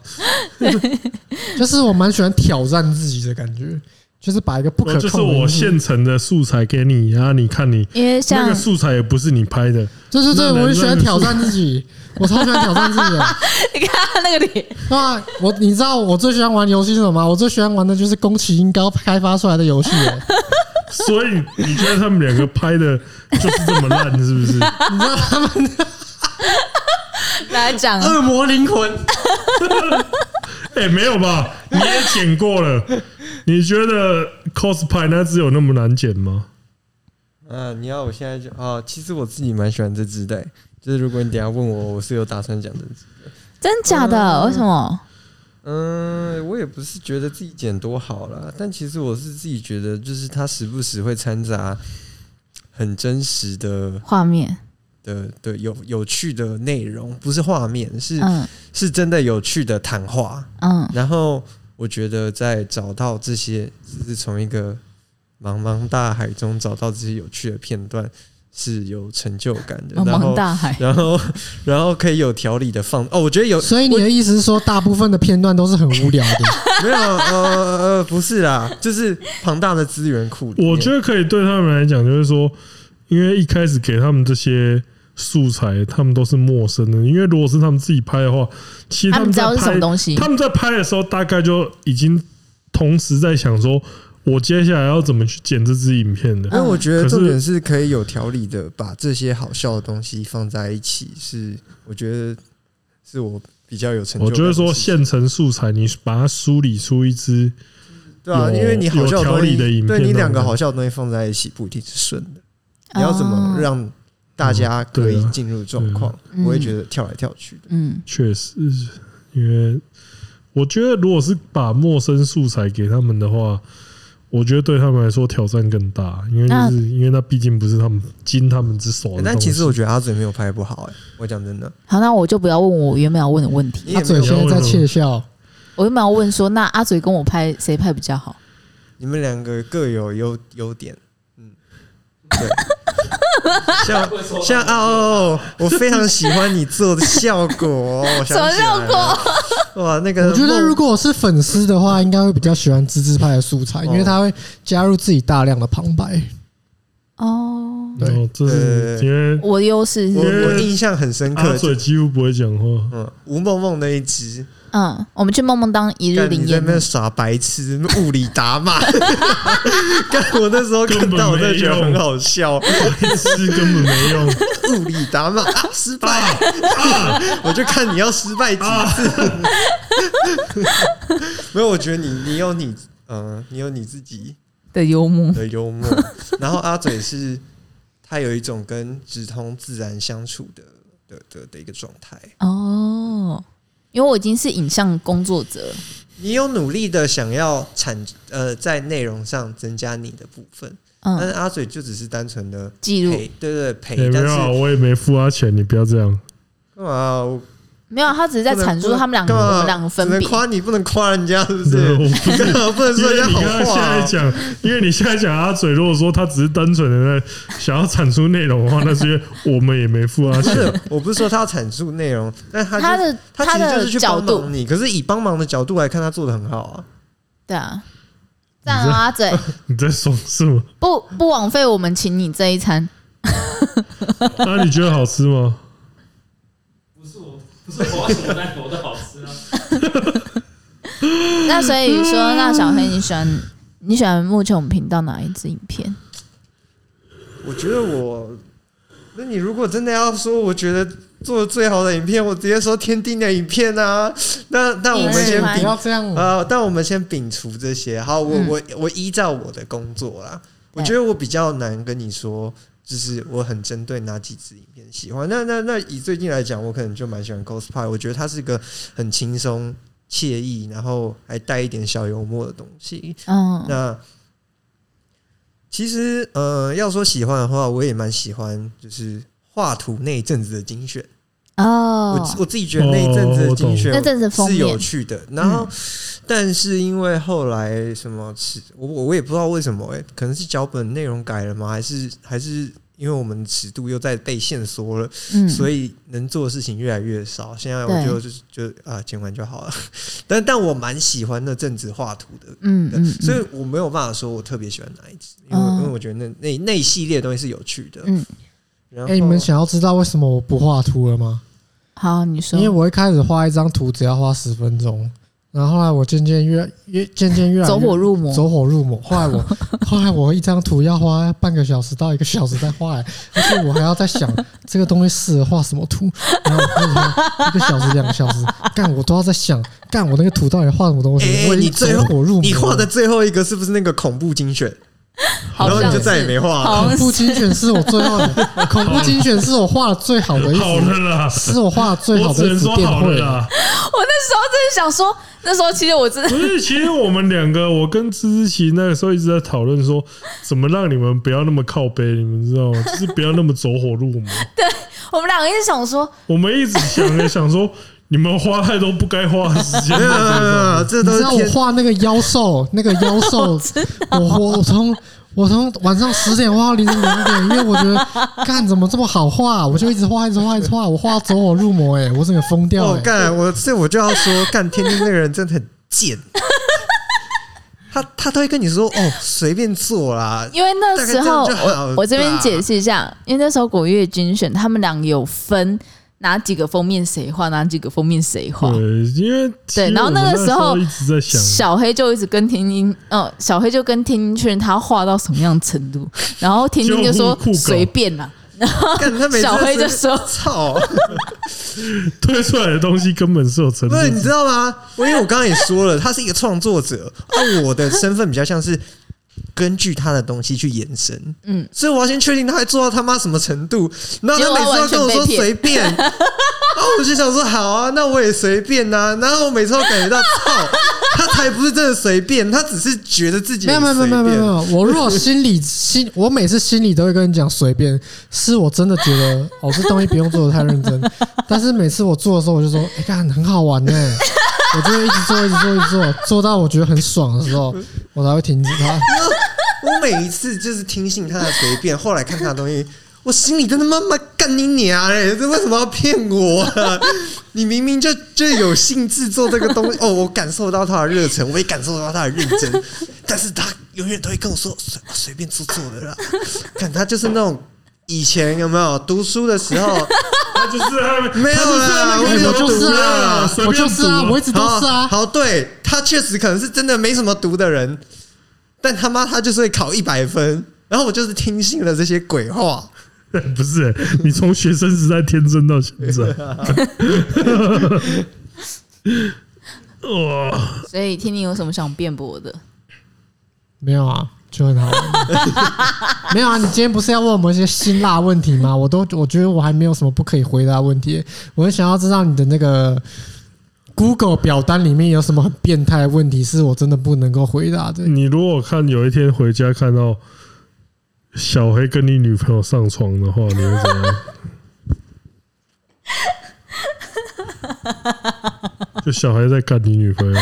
C: 就是我蛮喜欢挑战自己的感觉，就是把一个不可
A: 哦就是
C: 控的因
A: 我
C: 素，
A: 现成的素材给你，然后你看你
D: 因为
A: 那
D: 像
A: 个素材也不是你拍的，
C: 对对对，
A: 那人
C: 我也喜欢
A: 那个
C: 挑战自己，我超喜欢挑战 自己的。
D: 你看他那个脸，
C: 对啊，我你知道我最喜欢玩游戏是什么吗？我最喜欢玩的就是宫崎英高开发出来的游戏、欸，
A: 所以你觉得他们两个拍的就是这么烂，是 不是？
C: 你知道他们
D: 来讲
B: 恶魔灵魂，
A: 哎、没有吧？你也剪过了，你觉得 cosplay 那只有那么难剪吗？
B: 啊，你要我现在就啊，其实我自己蛮喜欢这只的、就是如果你等一下问我，我是有打算讲这只。
D: 真假的？为什么？
B: 嗯，我也不是觉得自己剪多好啦，但其实我是自己觉得，就是它时不时会掺杂很真实的
D: 画面，
B: 的的有有趣的内容，不是画面，是、
D: 嗯
B: 是真的有趣的谈话。
D: 嗯
B: 然后我觉得在找到这些，就是从一个茫茫大海中找到这些有趣的片段，是有成就感的。
D: 茫
B: 然
D: 茫
B: 后，
D: 大海，
B: 然后，然后可以有条理的放。哦，我觉得有
C: 所以你的意思是说，大部分的片段都是很无聊 的，
B: 没有？呃呃，不是啦，就是庞大的资源库里面。
A: 我觉得可以对他们来讲，就是说，因为一开始给他们这些素材，他们都是陌生的。因为如果是他们自己拍的话，其实
D: 他们知
A: 在
D: 道是什
A: 拍
D: 么，东
B: 嗯
D: 西
A: 他，们在拍的时候，大概就已经同时在想说，我接下来要怎么去剪这支影片的。
B: 因为
D: 嗯
B: 我觉得
A: 可是
B: 重点是可以有条理的把这些好笑的东西放在一起，是我觉得是我比较有成就
A: 我
B: 感的事
A: 觉
B: 情。
A: 得说现成素材，你把它梳理出一支，
B: 对啊，
A: 有
B: 因为你好笑
A: 有条
B: 东西
A: 理的影片
B: 对你两个
A: 那种
B: 好笑的东西放在一起不一定是顺的，你要怎么
D: 哦
B: 让大家可
A: 对
B: 以
A: 啊
B: 进入状况？
D: 嗯
B: 我会觉得跳来跳去的。
D: 嗯
A: 确实，因为我觉得如果是把陌生素材给他们的话，我觉得对他们来说挑战更大，因为就
D: 那
A: 是因为那毕竟不是他们经他们之手的东西。
B: 哎但其实我觉得阿嘴没有拍不好，哎，我讲真的，
D: 好，那我就不要问我原本要问的问题，
B: 你
C: 他
B: 也没
C: 嘴
B: 有，
C: 现在在窃笑。
D: 我原本要问说，那阿嘴跟我拍谁拍比较好？
B: 你们两个各有优优点， 嗯，对。像像哦，我非常喜欢你做的效果哦，我想起来了
D: 什么效果？
B: 哇，那个
C: 我觉得
B: 啊梦
C: 如果我是粉丝的话，应该会比较喜欢自制派的素
B: 哦
C: 材，因为他会加入自己大量的旁白。
D: 哦，
A: 然后这是
B: 对
A: 因为
D: 我的优势
B: 我
D: 是
B: 我印象很深
A: 阿
B: 刻，就
A: 嘴 几乎不会讲话，
B: 嗯，吴梦梦那一集，
D: 嗯，我们去梦梦当一日
B: 干你
D: 零
B: 在
D: 烟
B: 那，傻白痴，物理打码。 干我那时候看到，我真的觉得很好笑，
A: 吃根本没用。
B: 物理打码、啊、失败， 我就看你要失败几次。 没有，我觉得你你有你呃，你有你自己
D: 的幽默，
B: 的幽默，然后阿嘴是他有一种跟直通自然相处的的的的一个状态。
D: 哦，因为我已经是影像工作者了，
B: 你有努力的想要产呃在内容上增加你的部分，但
D: 嗯，
B: 是阿嘴就只是单纯的
D: 记录
B: 陪，对对陪
A: 也，没
B: 哎但
A: 有
B: 是
A: 啊，我也没付他钱，你不要这样。
B: 干嘛？
A: 啊
B: 我
D: 没有，啊他只是在阐述他们两个
B: 干嘛
D: 嗯我们两个分
B: 只
D: 别
B: 能，夸你不能夸人家，是不
A: 对，
B: 是？
A: 我不是
B: 干嘛不能
A: 因
B: 说
A: 为
B: 人家
A: 你
B: 好
A: 刚刚现
B: 话、
A: 在
B: 啊。
A: 讲，因为你现在讲阿嘴，如果说他只是单纯的在想要产出内容的话，那是因为我们也没付他啊
B: 不
A: 钱。
B: 是，我不是说他要阐述内容，但他
D: 他
B: 就
D: 的
B: 他其实就
D: 的
B: 是去
D: 角
B: 帮
D: 度
B: 忙，你，可是以帮忙的角度来看，他做的很好啊。
D: 对啊，赞啊，阿嘴，
A: 你在说什么？
D: 不不枉费我们请你这一餐，
A: 那、你觉得好吃吗？
E: 不是我，不是我要什么蛋我都好吃啊。
D: 那所以说，那小黑你喜欢你喜欢目前我们频道哪一支影片？
B: 我觉得我，那你如果真的要说，我觉得做的最好的影片，我直接说《天定》的影片啊。那那我们
D: 你喜
B: 先
D: 欢
B: 摒
D: 比
C: 不要这样，
B: 呃，但我们先摒除这些。好，我、
D: 嗯
B: 我我依照我的工作啦，我
D: 对
B: 觉得我比较难跟你说，就是我很针对哪几支影片喜欢。那那那以最近来讲，我可能就蛮喜欢 cosplay，我觉得它是一个很轻松惬意，然后还带一点小幽默的东西。
D: 嗯，
B: 那其实呃，要说喜欢的话，我也蛮喜欢，就是画图那一阵子的精选。我
D: 哦，
B: 我自己觉得那一阵子
A: 哦
B: 的
A: 我懂
B: 精选
D: 那阵子封
B: 是有
D: 面，嗯
B: 趣的。然后，但是因为后来什么尺，我我我也不知道为什么、欸，可能是脚本内容改了吗？还是还是因为我们尺度又在被限缩了，
D: 嗯，
B: 所以能做的事情越来越少。现在
D: 对
B: 我就就是就啊，剪完就好了。 但但我蛮喜欢那阵子画图的。
D: 嗯
B: 的
D: 嗯，
B: 所
D: 以
B: 以我没有办法说我特别喜欢哪一支，因为、
D: 哦
B: 因为我觉得那那那一系列的东西是有趣的。
D: 嗯
B: 然后、
C: 哎，你们想要知道为什么我不画图了吗？
D: 好，你
B: 啊
D: 说
C: 因为，我一开始画一张图只要花十分钟，然后后来我渐渐越越渐渐越来越
D: 走火入魔，
C: 走火入魔。后来我后来我一张图要花半个小时到一个小时再画、欸，而且我还要在想这个东西适合画什么图，然后我开始画一个小时两个小时，干我都要在想，干我那个图到底画什么东西？
B: 欸
C: 我已
B: 你
C: 经
B: 最后
C: 走火入魔了。
B: 你画的最后一个是不是那个恐怖精选？
D: 好
B: 然后
D: 像
B: 你就是再也没画了
D: 好
C: 恐
D: 像
C: 怖
D: 是
C: 精选是我最后的，恐怖精选是我画的最好的一
A: 好了
C: 幅，
A: 啦，
C: 是我画的最好
A: 我只
C: 的一
A: 能
C: 幅
A: 说
C: 电
A: 好啊了
C: 绘。
A: 啦。
D: 我那时候真的想说，那时候其实我真的
A: 不是，其实我们两个，我跟芝芝奇那个时候一直在讨论说，怎么让你们不要那么靠背，你们知道吗？就是不要那么走火入魔。
D: 我们两个一直想说，
A: 我们一直想着想说，你们花太多不该花的时 间
B: 没
A: 在
B: 有没有没有没
A: 这上。
B: 有，这
C: 你
B: 都
C: 知
B: 是
C: 道
B: 呃
C: 我
B: 天
C: 画那个妖兽，那个妖兽，我我我从我从晚上十点画到凌晨两点，因为我觉得干怎么这么好画，我就一直画，一直画，一直画，我画到走火入魔、欸，我整个疯掉、
B: 哦
C: 欸，
B: 干，我这我就要说，干天天那个人真的很贱，他他都会跟你说哦，随便做啦，
D: 因为那时候
B: 大概这样就好啊了
D: 我我这边
B: 吧
D: 解释一下，因为那时候国乐精选他们两个有分哪几个封面谁画，哪几个封面谁画，
A: 对，因为其实
D: 对然后
A: 我
D: 那
A: 们
D: 个
A: 那
D: 时候
A: 一直在想，
D: 小黑就一直跟天津，呃，小黑就跟天津确认他画到什么样的程 度，然后天津就说
A: 就互互搞
D: 随便啦，
B: 干他每次
D: 小黑就
B: 都是
D: 说
B: 操，
A: 推出来的东西根本是有程度
B: 不。是你知道吗？我因为我刚刚也说了，他是一个创作 者，而我的身份比较像是根据他的东西去延伸，
D: 嗯
B: 嗯，所以我要先确定他会做到他妈什么程度。然后
D: 结果
B: 他每
D: 他
B: 次都跟
D: 完全
B: 我说
D: 被骗
B: 随 便，然后我就想说好啊，那我也随便呐、然后我每次都感觉到操，他才不是真的随便，他只是觉得自己
C: 没有没有
B: 很
C: 没有
B: 随
C: 没有
B: 便
C: 没有没有，我如果心里心，我每次心里都会跟你讲随便，是我真的觉得哦，这东西不用做的太认真。但是每次我做的时候，我就说，哎、干很好玩呢、我就会一直做，一直做，一直做，做到我觉得很爽的时候，我才会停止它。
B: 我每一次就是听信他的随便，后来看他的东西，我心里真的妈妈干你娘嘞！这为什么要骗我、啊？你明明就就有兴致做这个东西哦，我感受到他的热忱，我也感受到他的认真，但是他永远都会跟我说随随便做做的啦。看他就是那种以前有没有读书的时候，
A: 他就是他们，
B: 没有
A: 他就是
B: 啦
C: 哎
A: 他们
B: 我
A: 有
B: 就
A: 毒
B: 是
A: 啦
B: 啊
A: 随
C: 我
A: 便
C: 就是啊，
A: 毒
C: 我一直都
B: 好
C: 是啊。
B: 哦好，对他确实可能是真的没什么毒的人，但他妈他就是会考一百分，然后我就是听信了这些鬼话。
A: 不是你从学生时代天真到现在， 哇！
D: 所以天宁有什么想辩驳的？
C: 没有啊，就很好玩。 没有啊，你今天不是要问我们一些辛辣问题吗？我都我觉得我还没有什么不可以回答的问题，我很想要知道你的那个 Google 表单里面有什么很变态的问题，是我真的不能够回答的。
A: 你如果看有一天回家看到小黑跟你女朋友上床的话，你会怎 样？就小黑在干你女朋友，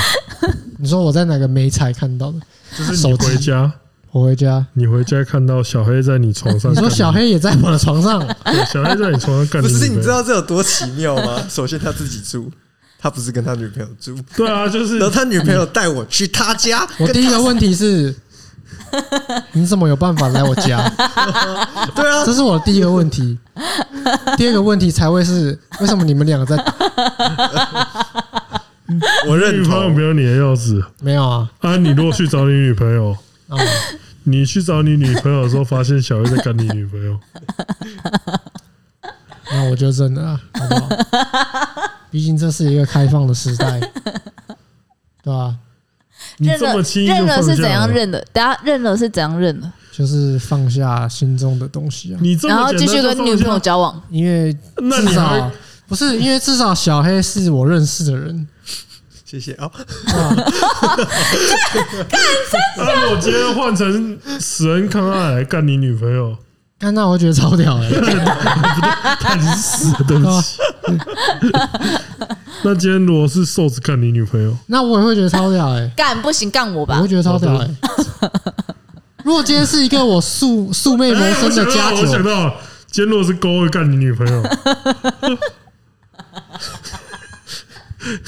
C: 你说我在哪个美彩看到的？
A: 就是你回家，
C: 我回家，
A: 你回家看到小黑在你床上
C: 你
A: 干
C: 说
A: 你，
C: 小黑也在我的床上，
A: 对小黑在你床上干，
B: 不是你知？道这有多奇妙吗？首先他自己住，他不是跟他女朋友住，
A: 对啊，就是
B: 然后他女朋友带我去他家，
C: 我
B: 跟
C: 第一个问题 是，你怎么有办法来我家？
B: 对啊
C: 这，是我的第一个问题。第二个问题才会是，为什么你们两个在
B: 我认
A: 女朋友
B: 同
A: 没。有你的钥匙
C: 没有啊？
A: 啊！你如果去找你女朋友，
D: 嗯
C: 啊，
A: 你去找你女朋友的时候，发现小黑在干你女朋友，
C: 那我就认了啊，好不好？毕竟这是一个开放的时代，对吧、
A: 你
D: 认
A: 这
D: 了
A: 么轻易就
D: 认了
A: 放
D: 是
A: 下
D: 怎样
A: 了？
D: 认的？等下认了是怎样认的？
C: 就是放下心中的东西啊，
A: 你这么
D: 然后继续
A: 简单就
D: 跟
A: 放
D: 女朋友
A: 下，
D: 啊交往，
C: 因为
A: 那
C: 至
A: 你
C: 少
A: 还
C: 不是因为至少小黑是我认识的人，
B: 谢谢哦，
C: 对吧
A: 那啊我今天换成死人康爱来干你女朋 友，
C: 看到我觉得超屌哎、
A: 看你是死的，对不 起。那今天如果是瘦子干你女朋友，
C: 那我也会觉得超屌哎、
D: 干不行干我
C: 我
D: 吧
C: 会！觉得超屌哎、
D: 欸
C: 如果今天是一个我素素昧
A: 哎
C: 谋
A: 我
C: 生
A: 想
C: 的
A: 到
C: 家
A: 了，我想
C: 酒，
A: 到了，今天如果是勾会干你女朋 友，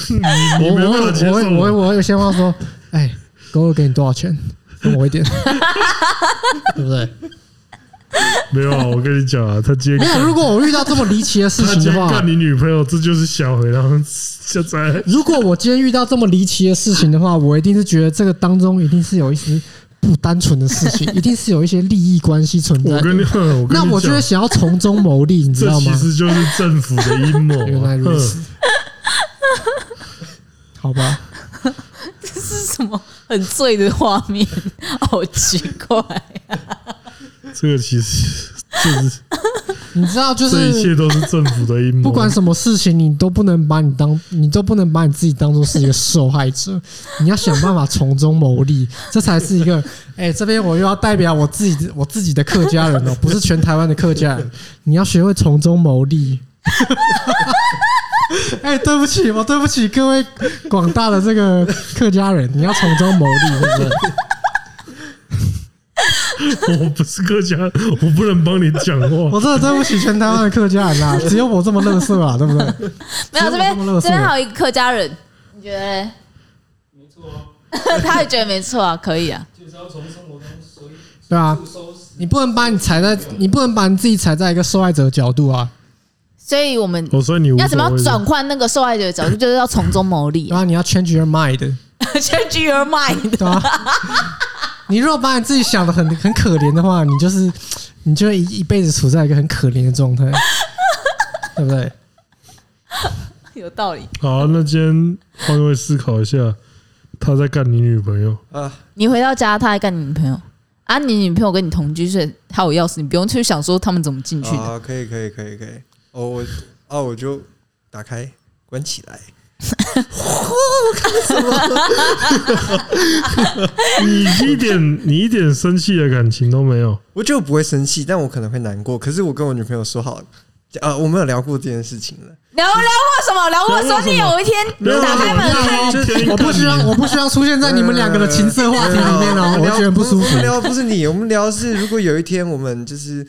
A: 你
C: 我
A: 你没办
C: 我
A: 法接
C: 会
A: 受
C: 我会我会
A: 吗，
C: 我会先话说，哎，哥哥给你多少钱？分我 一点，对不对？
A: 没有啊，我跟你讲啊，他今
C: 没
A: 天
C: 有，如果我遇到这么离奇的事
A: 他
C: 情
A: 今
C: 的
A: 天
C: 话
A: 干，你女朋友，这就是小黑，然后就在
C: 如果我今天遇到这么离奇的事情的话，我一定是觉得这个当中一定是有一些不单纯的事 情，一定是有一些利益关系存在
A: 我
C: 的
A: 跟你，我跟你
C: 那我就
A: 讲
C: 会，想要从中牟利，你知
A: 这
C: 道
A: 其
C: 吗？
A: 实就是政府的阴谋啊。
C: 原来如此
A: 哼，
C: 好吧，
D: 这是什么很醉的画面？好奇怪！
A: 这个其实就是
C: 你知道就
A: 这一
C: 是
A: 切都是政府的阴谋。啊
C: 不管什么事情，你都不能把你当，你都不能把你自己当做是一个受害者，你要想办法从中牟利，这才是一个。哎、这边我又要代表我自己的，我自己的客家人哦，不是全台湾的客家人，你要学会从中牟利。哎、对不起，我对不起各位广大的这个客家人，你要从中牟利，对不对？
A: 我不是客家，我不能帮你讲话。
C: 我真的对不起全台湾的客家人啊，只有我这么乐色啊，对不对？
D: 没有这
C: 只有
D: 边
C: 我这么乐
D: 这
C: 色
D: 边还有一个客家人，你觉得嘞？
E: 没错啊，
D: 他也觉得没错啊，可以啊。
E: 就是要从生活中随
C: 对啊，
E: 处收拾。
C: 你不能把你踩在，你不能把你自己踩在一个受害者的角度啊，
D: 所以我们
A: 我说你无
D: 要怎么
A: 哦所谓
D: 样转换那个受害者的角度，就是要从中牟 利
C: 然。后你要 change your mind，
D: Change your mind。
C: 对吧、你如果把你自己想的很很可怜的话，你就是你就会一一辈子处在一个很可怜的 状态，对不对？
D: 有道理。
A: 好，那今天换位思考一下，他在干你女朋友，
B: 啊，
D: 你回到家，他还干你女朋友啊？你女朋友跟你同居，所以他有钥匙，你不用去想说他们怎么进去的。
B: 啊，可以可以可以可以，哦我啊我就打开关起来，
A: 你一点 你一点生气的感情都没有。
B: 我就不会生气，但我可能会难过。可是我跟我女朋友说好，啊，我们有聊过这件事情了。
D: 聊聊过什么？聊过说你有一天打开门看
A: 看
B: 就是
C: 我不希望我不希望出现在你们两个的情色话题里面哦，我
B: 没有
C: 觉得很不舒
B: 我
C: 服
B: 们。聊不是你，我们聊是如果有一天我们就是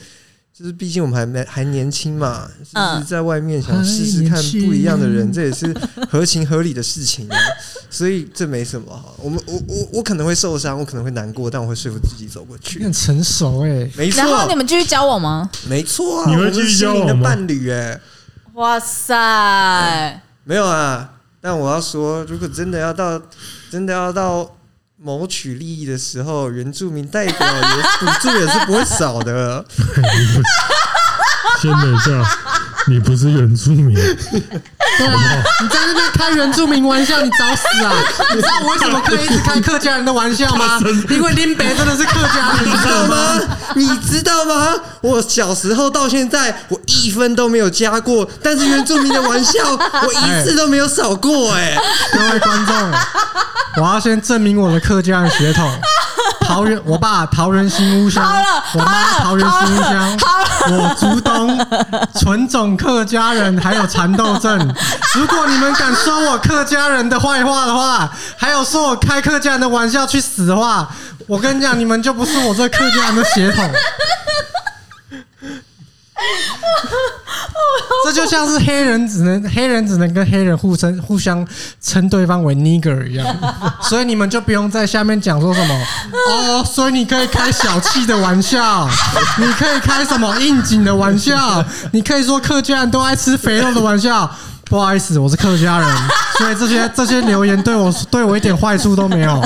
B: 就是，毕竟我们还没还年轻嘛，就
D: 嗯
B: 是在外面想试试看
C: 还年轻
B: 不一样的人，这也是合情合理的事情啊。所以这没什么哈。我们我我我可能会受伤，我可能会难过，但我会说服自己走过
C: 你
B: 去
C: 很。成熟哎、
B: 没错
D: 然，后你们继续交往吗？
B: 没错啊，
A: 你
B: 我
A: 会
B: 们
A: 继续
B: 是
A: 交
B: 你的
A: 往吗
B: 伴侣哎、
D: 哇塞，
B: 没有啊，但我要说，如果真的要到真的要到谋取利益的时候，原住民代表也 补助也是不会少的。
A: 先等一下，你不是原住民， 哎
C: 对啊，你在那边开原住民玩笑，你找死啊！你知道我为什么可以一直开客家人的玩笑吗？因为林北真的是客家人，你知
B: 知
C: 道
B: 道
C: 吗？
B: 吗？你知道吗？我小时候到现在，我一分都没有加过，但是原住民的玩笑，我一次都没有少过、哎，
C: 各位观众，我要先证明我的客家人血统。桃园，我爸桃园新屋乡，我妈桃园新屋乡，我竹东纯种客家人，还有蚕豆症。如果你们敢说我客家人的坏话的话，还有说我开客家人的玩笑去死的话，我跟你讲，你们就不是我这客家人的血统。这就像是黑人只能黑人只能跟黑人互称互相称对方为 nigger 一样， 所以你们就不用在下面讲说什么 哦，所以你可以开小气的玩笑， 你可以开什么应景的玩笑， 你可以说客家人都爱吃肥肉的玩笑。不好意思，我是客家人，所以这些这些留言对我对我一点坏处都没有。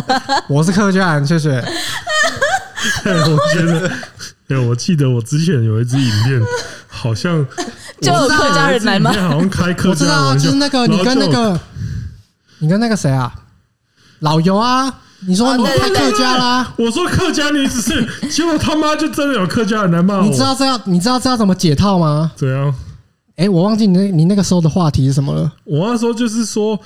C: 我是客家人，谢谢。
A: 哎，我觉得，哎，我记得我之前有一支影片，好像
D: 就有客家人来吗
A: 我知道有一支影片好像开客
C: 我知
A: 家人
C: 道啊，
A: 玩笑，
C: 就是那个
A: 然后
C: 你跟那
A: 就
C: 个你跟那个谁啊，老尤啊，你说
D: 哦
C: 你
D: 对
C: 太
D: 对对
C: 客家啦，
A: 我说客家女子是，结果他妈就真的有客家人来骂我。
C: 你知道这要你知道这要怎么解套吗？
A: 怎样？
C: 哎，我忘记你那你那个时候的话题是什么了。
A: 我那时候就是说，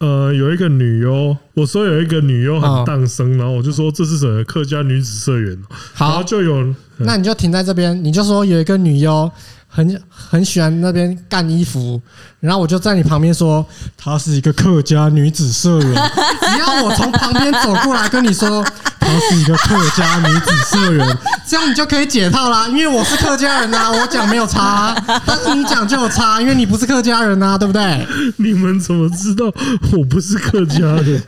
A: 呃，有一个女优，我说有一个女优
C: 哦
A: 很荡生，然后我就说这是什么客家女子社员，哦然后
C: 好，
A: 就有
C: 那你就停在这边，你就说有一个女优很很喜欢那边干衣服，然后我就在你旁边说她是一个客家女子社员，只要我从旁边走过来跟你说她是一个客家女子社员，这样你就可以解套啦，因为我是客家人呐、我讲没有差啊、但是你讲就有差，因为你不是客家人呐、对不对？
A: 你们怎么知道我不是客家人？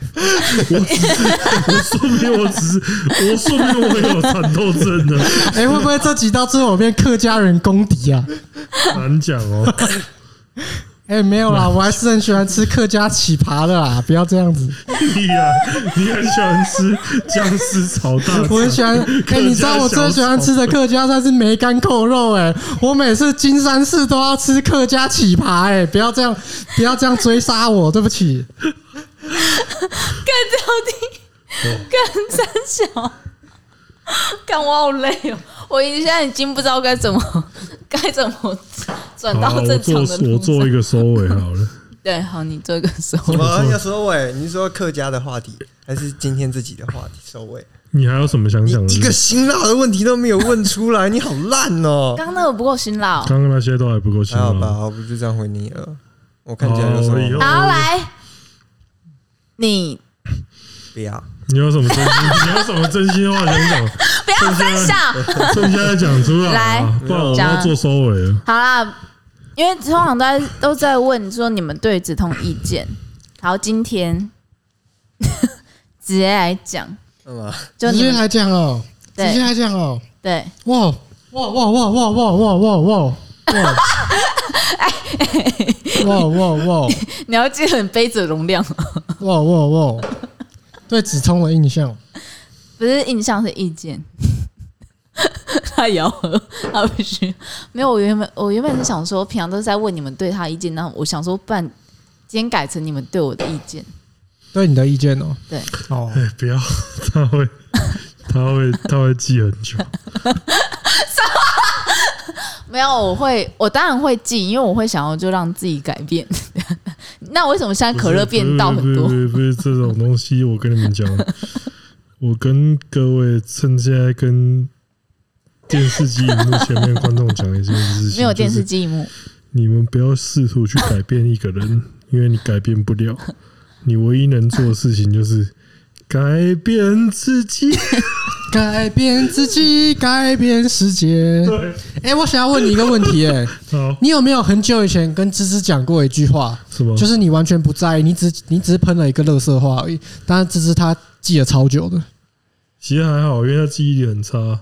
A: 我只是，我说不定我只是，我说不定我有蚕豆症呢，
C: 哎、会不会这集到最后变客家人公敌啊？
A: 难讲哦。
C: 哎、没有啦，我还是很喜欢吃客家起扒的啊啦，不要这样子。
A: 你哎呀、你很喜欢吃姜丝炒大肠，
C: 我很喜欢，哎、你知道我最喜欢吃的客家菜是梅干扣肉、哎，我每次金山寺都要吃客家起扒，哎，不要这样，不要这样追杀我，对不起。
D: 干掉你，干三小，干我好累哦，我已经现在已经不知道该怎么该怎么转
A: 好
D: 到
A: 我
D: 正
A: 做
D: 常的路
A: 我做一
D: 上。
A: 个收尾好了。
D: 对，好，你做一个手。
B: 什么要收尾？你是说客家的话题，还是今天自己的话题收尾？
A: 你还有什么想
B: 你
A: 讲的？
B: 一个辛辣的问题都没有问出来，你好烂哦！
D: 刚刚那个不够辛辣、哦。
A: 刚刚那些都还不够哦辛
B: 还好吧，
A: 辣。
B: 我不就这样回你了。我看起来有什
A: 好以后
B: 么
D: 好，来，你
B: 不要？
A: 你有什么真心？你有什么真心话想讲？
D: 不要分享。
A: 趁现在讲出来啊，
D: 来
A: 不然我们
D: 讲
A: 要做收尾了。
D: 好啦，因为通常都在都在问说你们对止痛意见。好，今天直接来讲，
B: 干嘛？
D: 就
C: 直
D: 你
C: 接
D: 们
C: 来讲哦，
D: 对
C: 直接来讲哦，
D: 对
C: 哇哇哇哇哇哇哇哇 哇哇！哇哇哇
D: 你要记得你杯子的容量，
C: 哇哇哇！对子聪的印象，
D: 不是印象是意 见。他摇喝，他不须没有。我原本我原本是想说，平常都是在问你们对他的意见，然后我想说，不然今天改成你们对我的意见。
C: 对你的意见哦，
D: 对，
C: 哦，
A: 哎，不要，他会，他会，他会记很久。
D: 没有，我会，我当然会记，因为我会想要就让自己改变。 那为什么现在可乐变倒很多
A: 不？是不是不是不是这种东西，我跟你们讲，我跟各位趁现在跟电视机荧幕前面观众讲一件事情，
D: 没有电视
A: 就是
D: 机荧幕，
A: 你们不要试图去改变一个人，因为你改变不了。你唯一能做的事情就是改变自己。
C: 改变自己，改变世界。
A: 对，
C: 哎、我想要问你一个问题、哎，
A: 好，
C: 你有没有很久以前跟芝芝讲过一句话，
A: 什么？
C: 就是你完全不在意，你只你只是喷了一个乐色话而已，但是芝芝她记得超久的。
A: 其实还好，因为他记忆力很差。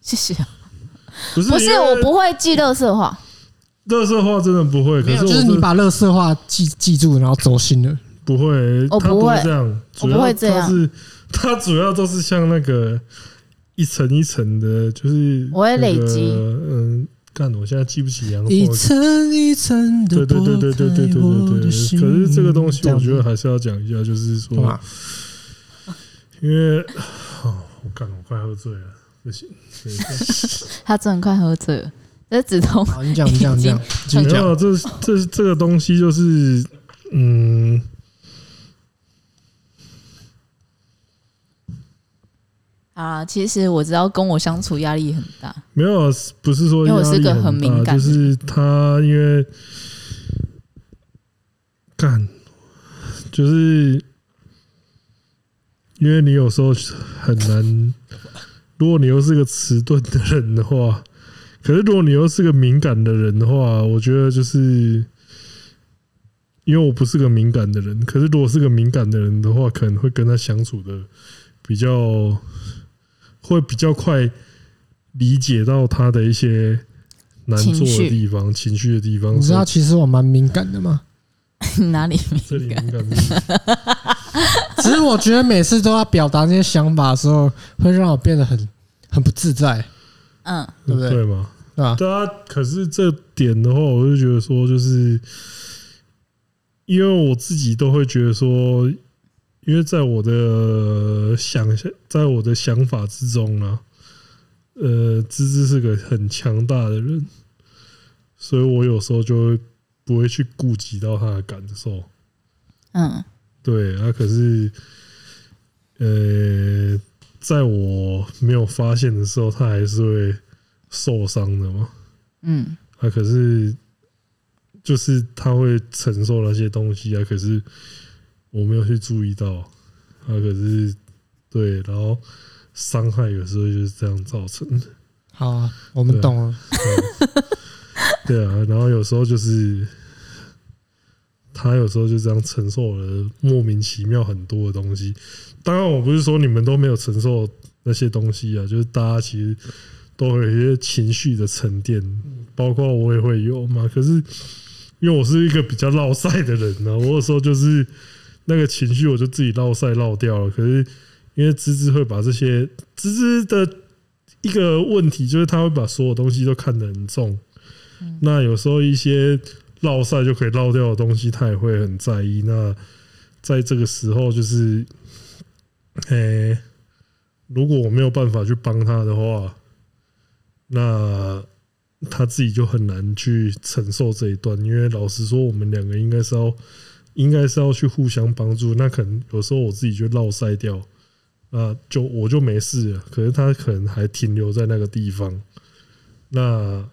D: 谢谢。
A: 不是，
D: 不是，
A: 因为
D: 我不会记乐色话，
A: 乐色话真的不会，可
C: 没有，
A: 是
C: 就
A: 我
C: 是
A: 真
C: 你
A: 的
C: 把乐色话记记住，然后走心了。
A: 不会，
D: 我
A: 他
D: 不
A: 会
D: 会
A: 这样，主
D: 不
A: 要
D: 会这
A: 他
D: 样
A: 是他主要都是像那个一层一层的，就是
D: 我会累
A: 那个
D: 积
A: 嗯，干，我现在记不起杨
C: 一
A: 过。
C: 层一层
A: 对
C: 的
A: 对对对对对对对对。可是这个东西，我觉得还是要讲一下，就是
C: 干
A: 说
C: 嘛，？
A: 因为哦，我干，我快喝醉了，不行。等一下
D: 他真的快喝醉了，这止痛
C: 好，你讲你讲 你讲，继
A: 没
C: 续讲。
A: 有，这这这个东西就是，嗯，
D: 啊。其实我知道跟我相处压力很大，
A: 没有，啊不是说
D: 因为我
A: 压
D: 是
A: 力
D: 个
A: 很
D: 很敏
A: 大就
D: 感的
A: 是他因为干，就是因为你有时候很难，如果你又是个迟钝的人的话，可是如果你又是个敏感的人的话，我觉得就是。因为我不是个敏感的人，可是如果是个敏感的人的话，可能会跟他相处的比较，会比较快理解到他的一些难做
D: 情
A: 的
D: 绪
A: 地方、情绪的地方。
C: 你知道
A: 所
C: 其实我蛮敏感的嘛，
D: 哪里
A: 以这里敏感不是，
C: 只是我觉得每次都要表达那些想法的时候，会让我变得很很不自在，
D: 嗯，
C: 对不对
A: 对吗？
C: 对 吧？
A: 对啊，可是这点的话，我就觉得说，就是因为我自己都会觉得说，因为在我的想象，在我的想法之中啊，呃，芝芝是个很强大的人，所以我有时候就会不会去顾及到他的感受。
D: 嗯，
A: 对啊，可是，呃，在我没有发现的时候，他还是会受伤的嘛。
D: 嗯，
A: 啊，可是就是他会承受那些东西啊，可是我没有去注意到啊，可是对，然后伤害有时候就是这样造成的，
C: 好啊，我们懂了。
A: 对啊，然后有时候就是他有时候就这样承受了莫名其妙很多的东西。当然，我不是说你们都没有承受那些东西啊，就是大家其实都会有一些情绪的沉淀，包括我也会有嘛。可是因为我是一个比较落赛的人呢、我有时候就是那个情绪我就自己落赛落掉了。可是因为芝芝会把这些芝芝的一个问题就是，他会把所有东西都看得很重。那有时候一些落赛就可以落掉的东西，他也会很在意。那在这个时候，就是，诶、如果我没有办法去帮他的话，那他自己就很难去承受这一段。因为老实说，我们两个应该是要，应该是要去互相帮助。那可能有时候我自己就落塞掉，啊，就我就没事了。可是他可能还停留在那个地方，那。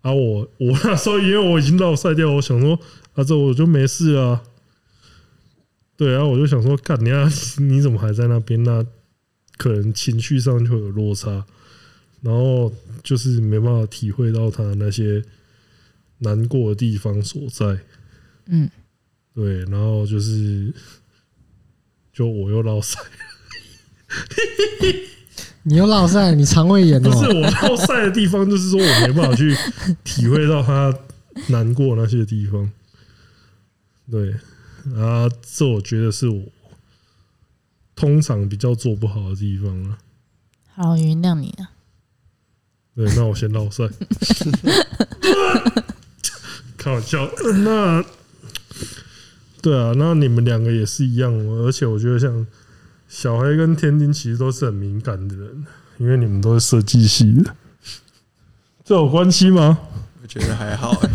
A: 啊我，我 那时候因为我已经落赛掉，我想说啊，这我就没事了、啊。对啊，我就想说，干你啊，你怎么还在那边？那可能情绪上就有落差，然后就是没办法体会到他那些难过的地方所在。
D: 嗯，
A: 对，然后就是，就我又落赛，
C: 你又落赛，你肠胃炎
A: 不是
C: 哦。
A: 我落赛的地方，就是说我没办法去体会到他难过那些地方。 对啊，这我觉得是我通常比较做不好的地方啊了。
D: 好，我原谅你了。
A: 对，那我先绕赛。 开玩笑，那对啊，那你们两个也是一样哦，而且我觉得像小黑跟天丁其实都是很敏感的人，因为你们都是设计系的，这有关系吗？
B: 我觉得还好、欸，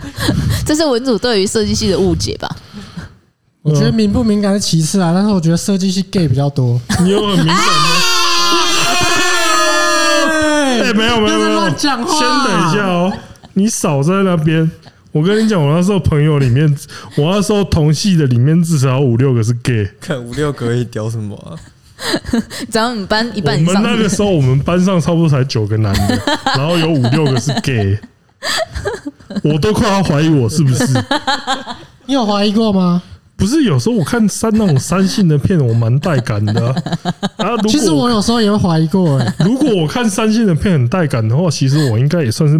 D: 这是文组对于设计系的误解吧？
C: 我觉得敏不敏感是其次啊，但是我觉得设计系 gay 比较多。
A: 你有很敏感吗？哎、
C: 哎
A: 没有没有没有，
C: 乱讲话。啊
A: 先等一下，哦，你少在那边。我跟你讲，我那时候朋友里面，我那时候同系的里面至少有五六个是 gay。
B: 看五六个而已，屌什么、 啊？
D: 只要你班一
A: 我
D: 半以
A: 们
D: 上，
A: 那个时候，我们班上差不多才九个男 的，然后有五六个是 gay，我都快要怀疑我是不是。
C: 你有怀疑过吗？
A: 不是，有时候我看三那种三性的片，我蛮带感的啊。啊如
C: 其实
A: 果
C: 我有时 候也会怀疑过，哎，
A: 如果我看三性的片很带感的话，其实我应该也算是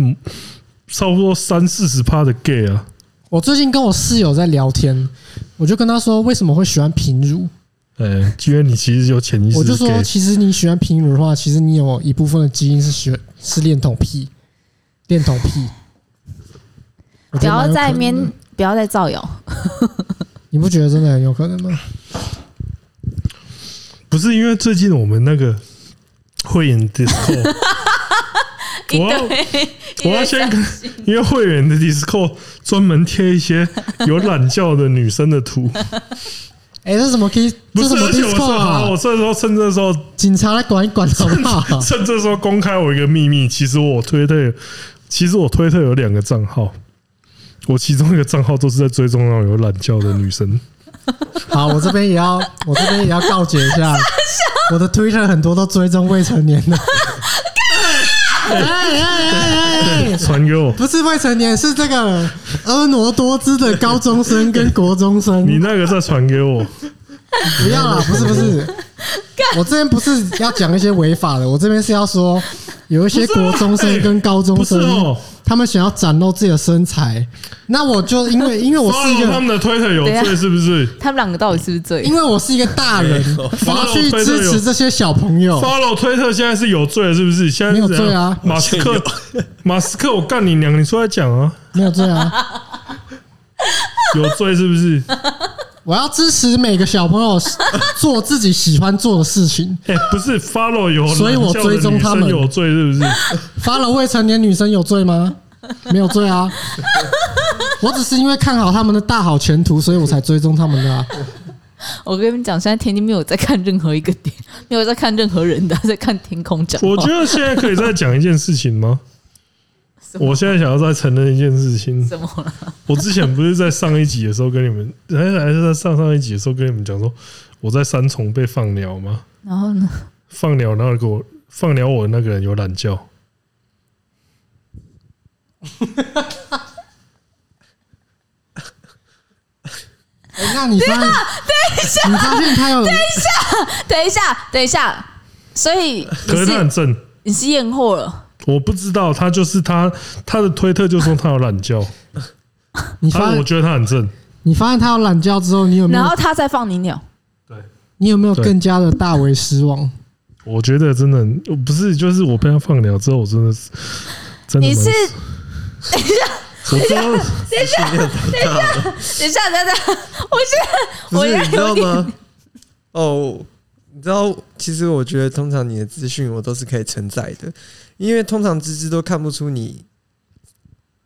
A: 差不多三四十趴的 gay 啊，
C: 我最近跟我室友在聊天，我就跟他说为什么会喜欢平乳，
A: 哎，因为你其实有潜意
C: 我就
A: 识是
C: 说
A: gay，
C: 其实你喜欢平乳的话，其实你有一部分的基因是喜欢是恋童癖，恋童癖。我
D: 不
C: 觉得
D: 要
C: 蛮有可
D: 在
C: 能的
D: 面，不要再造谣。
C: 你不觉得真的很有可能吗？
A: 不是因为最近我们那个会 员 Discord，我 要我要先跟，因为会员的 Discord 专门贴一些有懒觉的女生的 图，
C: 哎、这是什么 K？
A: 不是？
C: 这什么
A: 而且我
C: Discord
A: 说好，
C: 啊
A: 我？这时候趁这时候
C: 警察来管一管好不好？
A: 趁这时候公开我一个秘密，其实我推特，其实我推特有两个账号，我其中一个账号都是在追踪那种有懒觉的女生。
C: 好，我这边也要，我这边也要告诫一下，我的 Twitter 很多都追踪未成年的。哎哎哎哎哎！
A: 传给我，
C: 不是未成年，是这个婀娜多姿的高中生跟国中生。
A: 你那个再传给我。
C: 不要啦，不是不是，我这边不是要讲一些违法的，我这边是要说有一些国中生跟高中
A: 不是
C: 生，
A: 哦，
C: 他们想要展露自己的身材，那我就因为因为我是一
A: follow 他
C: 个。啊
A: 们的推特有
D: 等一
A: 罪
D: 下
A: 是不是
D: 他们两个到底是不是罪
C: 因？为我是一个大 人，我要去支持这些小朋友。
A: ？follow 推特现在是有罪了是不是？现在是
C: 哦没有
A: 怎样
C: 罪啊
A: 马斯克， 马斯克，我干你娘！你出来讲啊，
C: 没有罪啊！
A: 有罪是不 是？
C: 我要支持每个小朋友做自己喜欢做的事情。
A: 哎，不是 follow 有，
C: 所以我追踪他们
A: 有罪是不 是？
C: 发了未成年女生有罪吗？没有罪啊！我只是因为看好他们的大好前途，所以我才追踪他们的、啊。
D: 我跟你们讲，现在天津没有在看任何一个点， 没有在看任何人的，在看天空讲话。
A: 我觉 得现在可以再讲一件事情吗？
D: 什么
A: 我现在想要再承认一件事情，
D: 怎么啊了？
A: 我之前不是在上一集的时候跟你们， 还还是在上上一集的时候跟你们讲说，我在三重被放鸟吗？
D: 然后呢？
A: 放鸟那个我放鸟我那个人有懒觉，
C: 哎那你发现，你发现他有
D: 等一下，等一下，所以
A: 可
D: 你
A: 是他很
D: 是
A: 正，
D: 你是验货了？
A: 我不知道他就是他他的推特就说他有懒觉，
C: 你
A: 他
C: 发
A: 我觉得他很正，
C: 你发现他有懒觉之后，你有没
D: 然后
C: 有
D: 他再放你鸟，
A: 对，
C: 你有没有
A: 对
C: 更加的大为失望？
A: 我觉得真的很不是，就是我被他放鸟之后，我真的是真的
D: 你
A: 蛮
D: 是
A: 我真的
D: 等一下，等一下，我现在
B: 不
D: 我
B: 是你
D: 现
B: 知
D: 在有
B: 道
D: 点
B: 吗？ 哦，你知道，其实我觉得通常你的资讯我都是可以承载的，因为通常芝芝都看不出你。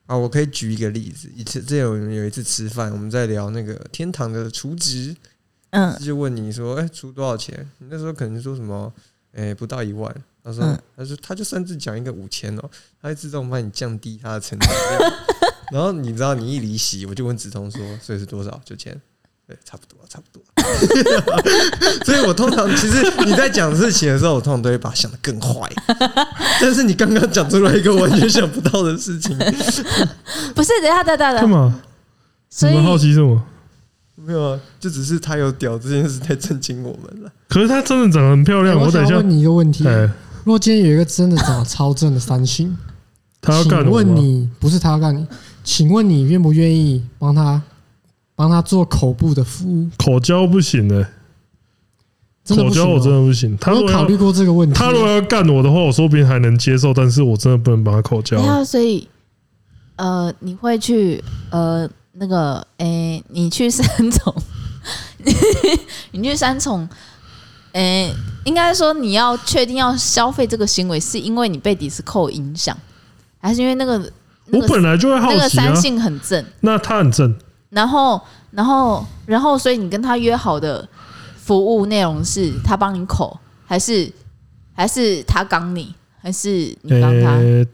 B: 啊，我可以举一个例子，以前之前有有一次吃饭，我们在聊那个天堂的厨值，
D: 嗯，
B: 就问你说，哎、出多少钱？你那时候可能说什么，哎、不到一万。他说，
D: 嗯
B: 他说他就算是讲一个五千哦，他会自动帮你降低他的成本量。 然后你知道你一离席，我就问梓潼说，所以是多少？九千。对，差不多，差不多。 所以我通常其实你在讲事情的时候，我通常都会把它想得更坏。 但是你刚刚讲出来一个完全想不到的事情，
D: 不是，等一下，等一下，等
A: 干
D: 一下，
A: 嘛？
D: 所
A: 你
D: 以
A: 们好奇什么？
B: 没有啊，就只是他有屌这件事太震惊我们了。
A: 可是她真的长得很漂亮，
C: 哎我
A: 等
C: 想
A: 一下
C: 问，你一个问题：
A: 哎，
C: 如果今天有一个真的长得超正的三星，
A: 她要干啊
C: 请
A: 我
C: 问
A: 吗？
C: 你不是他要干你？请问你愿不愿意帮他帮他做口部的服务？
A: 口交不行的，
C: 真的
A: 口
C: 不行
A: 交
C: 哦、
A: 我真的不行。她
C: 你
A: 如
C: 有
A: 果
C: 考
A: 要
C: 虑过这个问题吗？
A: 她如果要干我的话，我说不定还能接受，但是我真的不能帮她口交
D: 等一。下，所以呃，你会去呃那个诶、你去三重， 你你去三重，诶、应该说你要确定要消费这个行为，是因为你被迪斯扣影响，还是因为那个那
A: 我
D: 个
A: 本来就会好
D: 那个
A: 奇啊
D: 三，性很正，
A: 那她很正，
D: 然后然后然后，所以你跟他约好的服务内容是他帮你口，还是还是他刚你，还是你刚他？
A: 呃，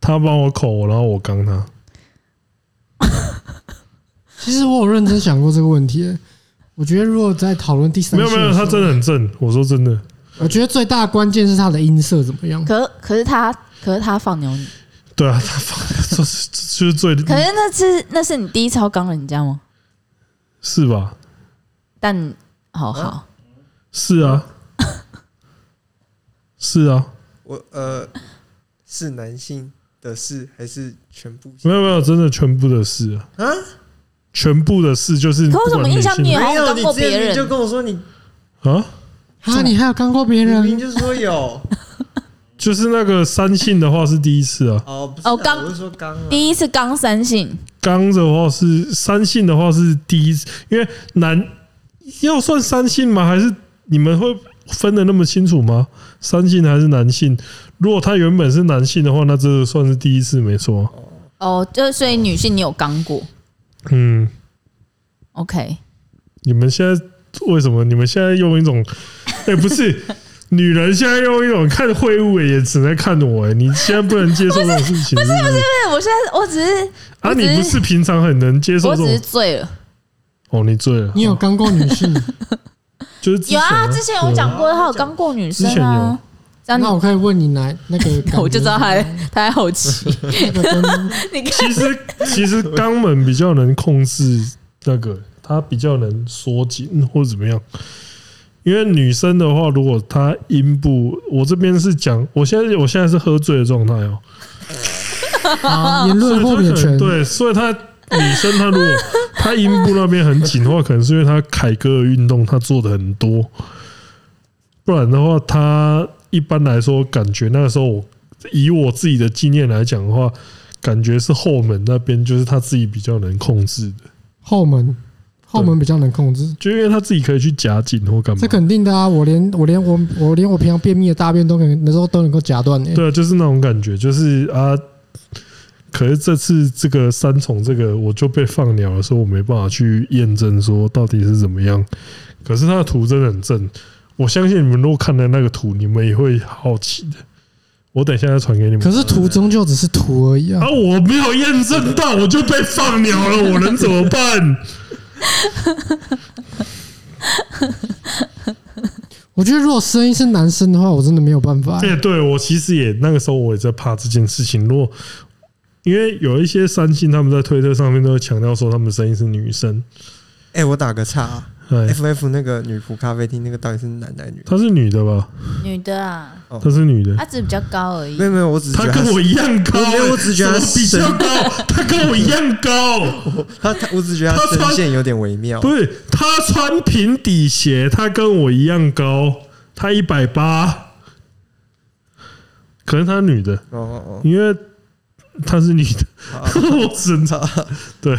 A: 她帮我口，然后我刚她。
C: 其实我有认真想过这个问题、欸我觉得如果在讨论第三
A: 没有
C: 性
A: 没有，
C: 的时
A: 她
C: 候
A: 真的很正。我说真的，
C: 我觉得最大的关键是他的音色怎么样。
D: 可可是他，可是他放牛你，
A: 对啊，她放就是就是最
D: 可是那是那是你第一超刚人家吗？
A: 是吧？
D: 但好好，
A: 是啊，是啊，
B: 我呃，是男性，的事，还是全部
A: 没有没有，真的全部的事啊，
B: 啊？
A: 全部的事就是不
D: 可我怎
A: 管
D: 么
A: 女
D: 印象
A: 性
D: 你也
B: 没
D: 好
B: 有，
D: 像
B: 你
D: 当过
B: 之前
D: 别
B: 你
D: 人
B: 就跟我说你
A: 啊，
C: 啊，你还有干过别
B: 明明
C: 人？
B: 就说 有
A: 就是那个三性的话是第一次啊，
B: 哦，不是啊
D: 哦刚
B: 我是说刚啊
D: 第一次刚三性，
A: 刚的话是三性的话是第一次，因为男要算三性吗？还是你们会分的那么清楚吗？三性还是男性？如果他原本是男性的话，那这算是第一次没错啊。
D: 哦，就是所以女性你有刚过
A: 嗯，
D: ，OK，
A: 你们现在为什么？你们现在用一种，哎、不是。女人现在用一种看会物的眼神在看我、哎，你现在不能接受这种事情，不是不是
D: 对，我现在我只是
A: 啊？
D: 我
A: 你
D: 只
A: 不
D: 是
A: 是平常很能接受
D: 我
A: 这
D: 只是
A: 种？
D: 醉了，
A: 哦，你醉了，
C: 你有干过 女性？
A: 就是之前
D: 有啊，之前有讲过他有刚过女生
A: 之前有
D: 啊，这样你
C: 那我可以问你哪那个感觉是什么？
D: 我就知道他在他在好奇，
C: 那个跟
D: 你看
A: 其实其实肛门比较能控制那个，它比较能缩紧或者怎么样。因为女生的话，如果她阴部，我这边是讲，我现在我现在是喝醉的状态哦，
C: 好啊言
A: 所以
C: 论
A: 她
C: 豁
A: 可
C: 免
A: 能
C: 权，
A: 对，所以她女生她如果她阴部那边很紧的话，可能是因为她凯歌的运动她做的很多，不然的话，她一般来说感觉那个时候我以我自己的经验来讲的话，感觉是后门那边就是她自己比较能控制的。
C: 后门后门比较能控制，
A: 就因为他自己可以去夹紧或干嘛
C: 这。肯定的啊！我连我连我我连我平常便秘的大便都能能够都能够夹断欸诶。
A: 对啊，就是那种感觉，就是啊。可是这次这个三重这个我就被放鸟了，所以我没办法去验证说到底是怎么样。可是他的图真的很正，我相信你们如果看了那个图，你们也会好奇的。我等一下再传给你们。
C: 可是图终究只是图而已啊
A: 啊，！我没有验证到，我就被放鸟了，我能怎么 办？
C: 我觉得如果声音是男生的话，我真的没有办法欸。
A: 哎、对我其实也那个时候我也在怕这件事情。如果因为有一些三星他们在推特上面都会强调说他们声音是女生，
B: 哎，我打个岔啊
A: 哎，
B: ，FF 那个女仆咖啡厅那个到底是男男女？
A: 她是女的吧？
D: 女的啊，
A: 她是女的
D: 她，只是比较高而已
B: 没。有没有，我只是
A: 她
B: 觉得
A: 跟我一样高、
B: 我没有
A: 哎
B: 我只觉得她
A: 什么比较
B: 神
A: 高，她跟我一样 高。
B: 他他，我只觉得他
A: 他穿
B: 声线有点微妙。哦
A: 不是，她穿平底鞋，她跟我一样高，她一百八，可是她女的，
B: 哦哦
A: 因为她是女的，
B: 哦，
A: 我只能
B: 好，
A: 对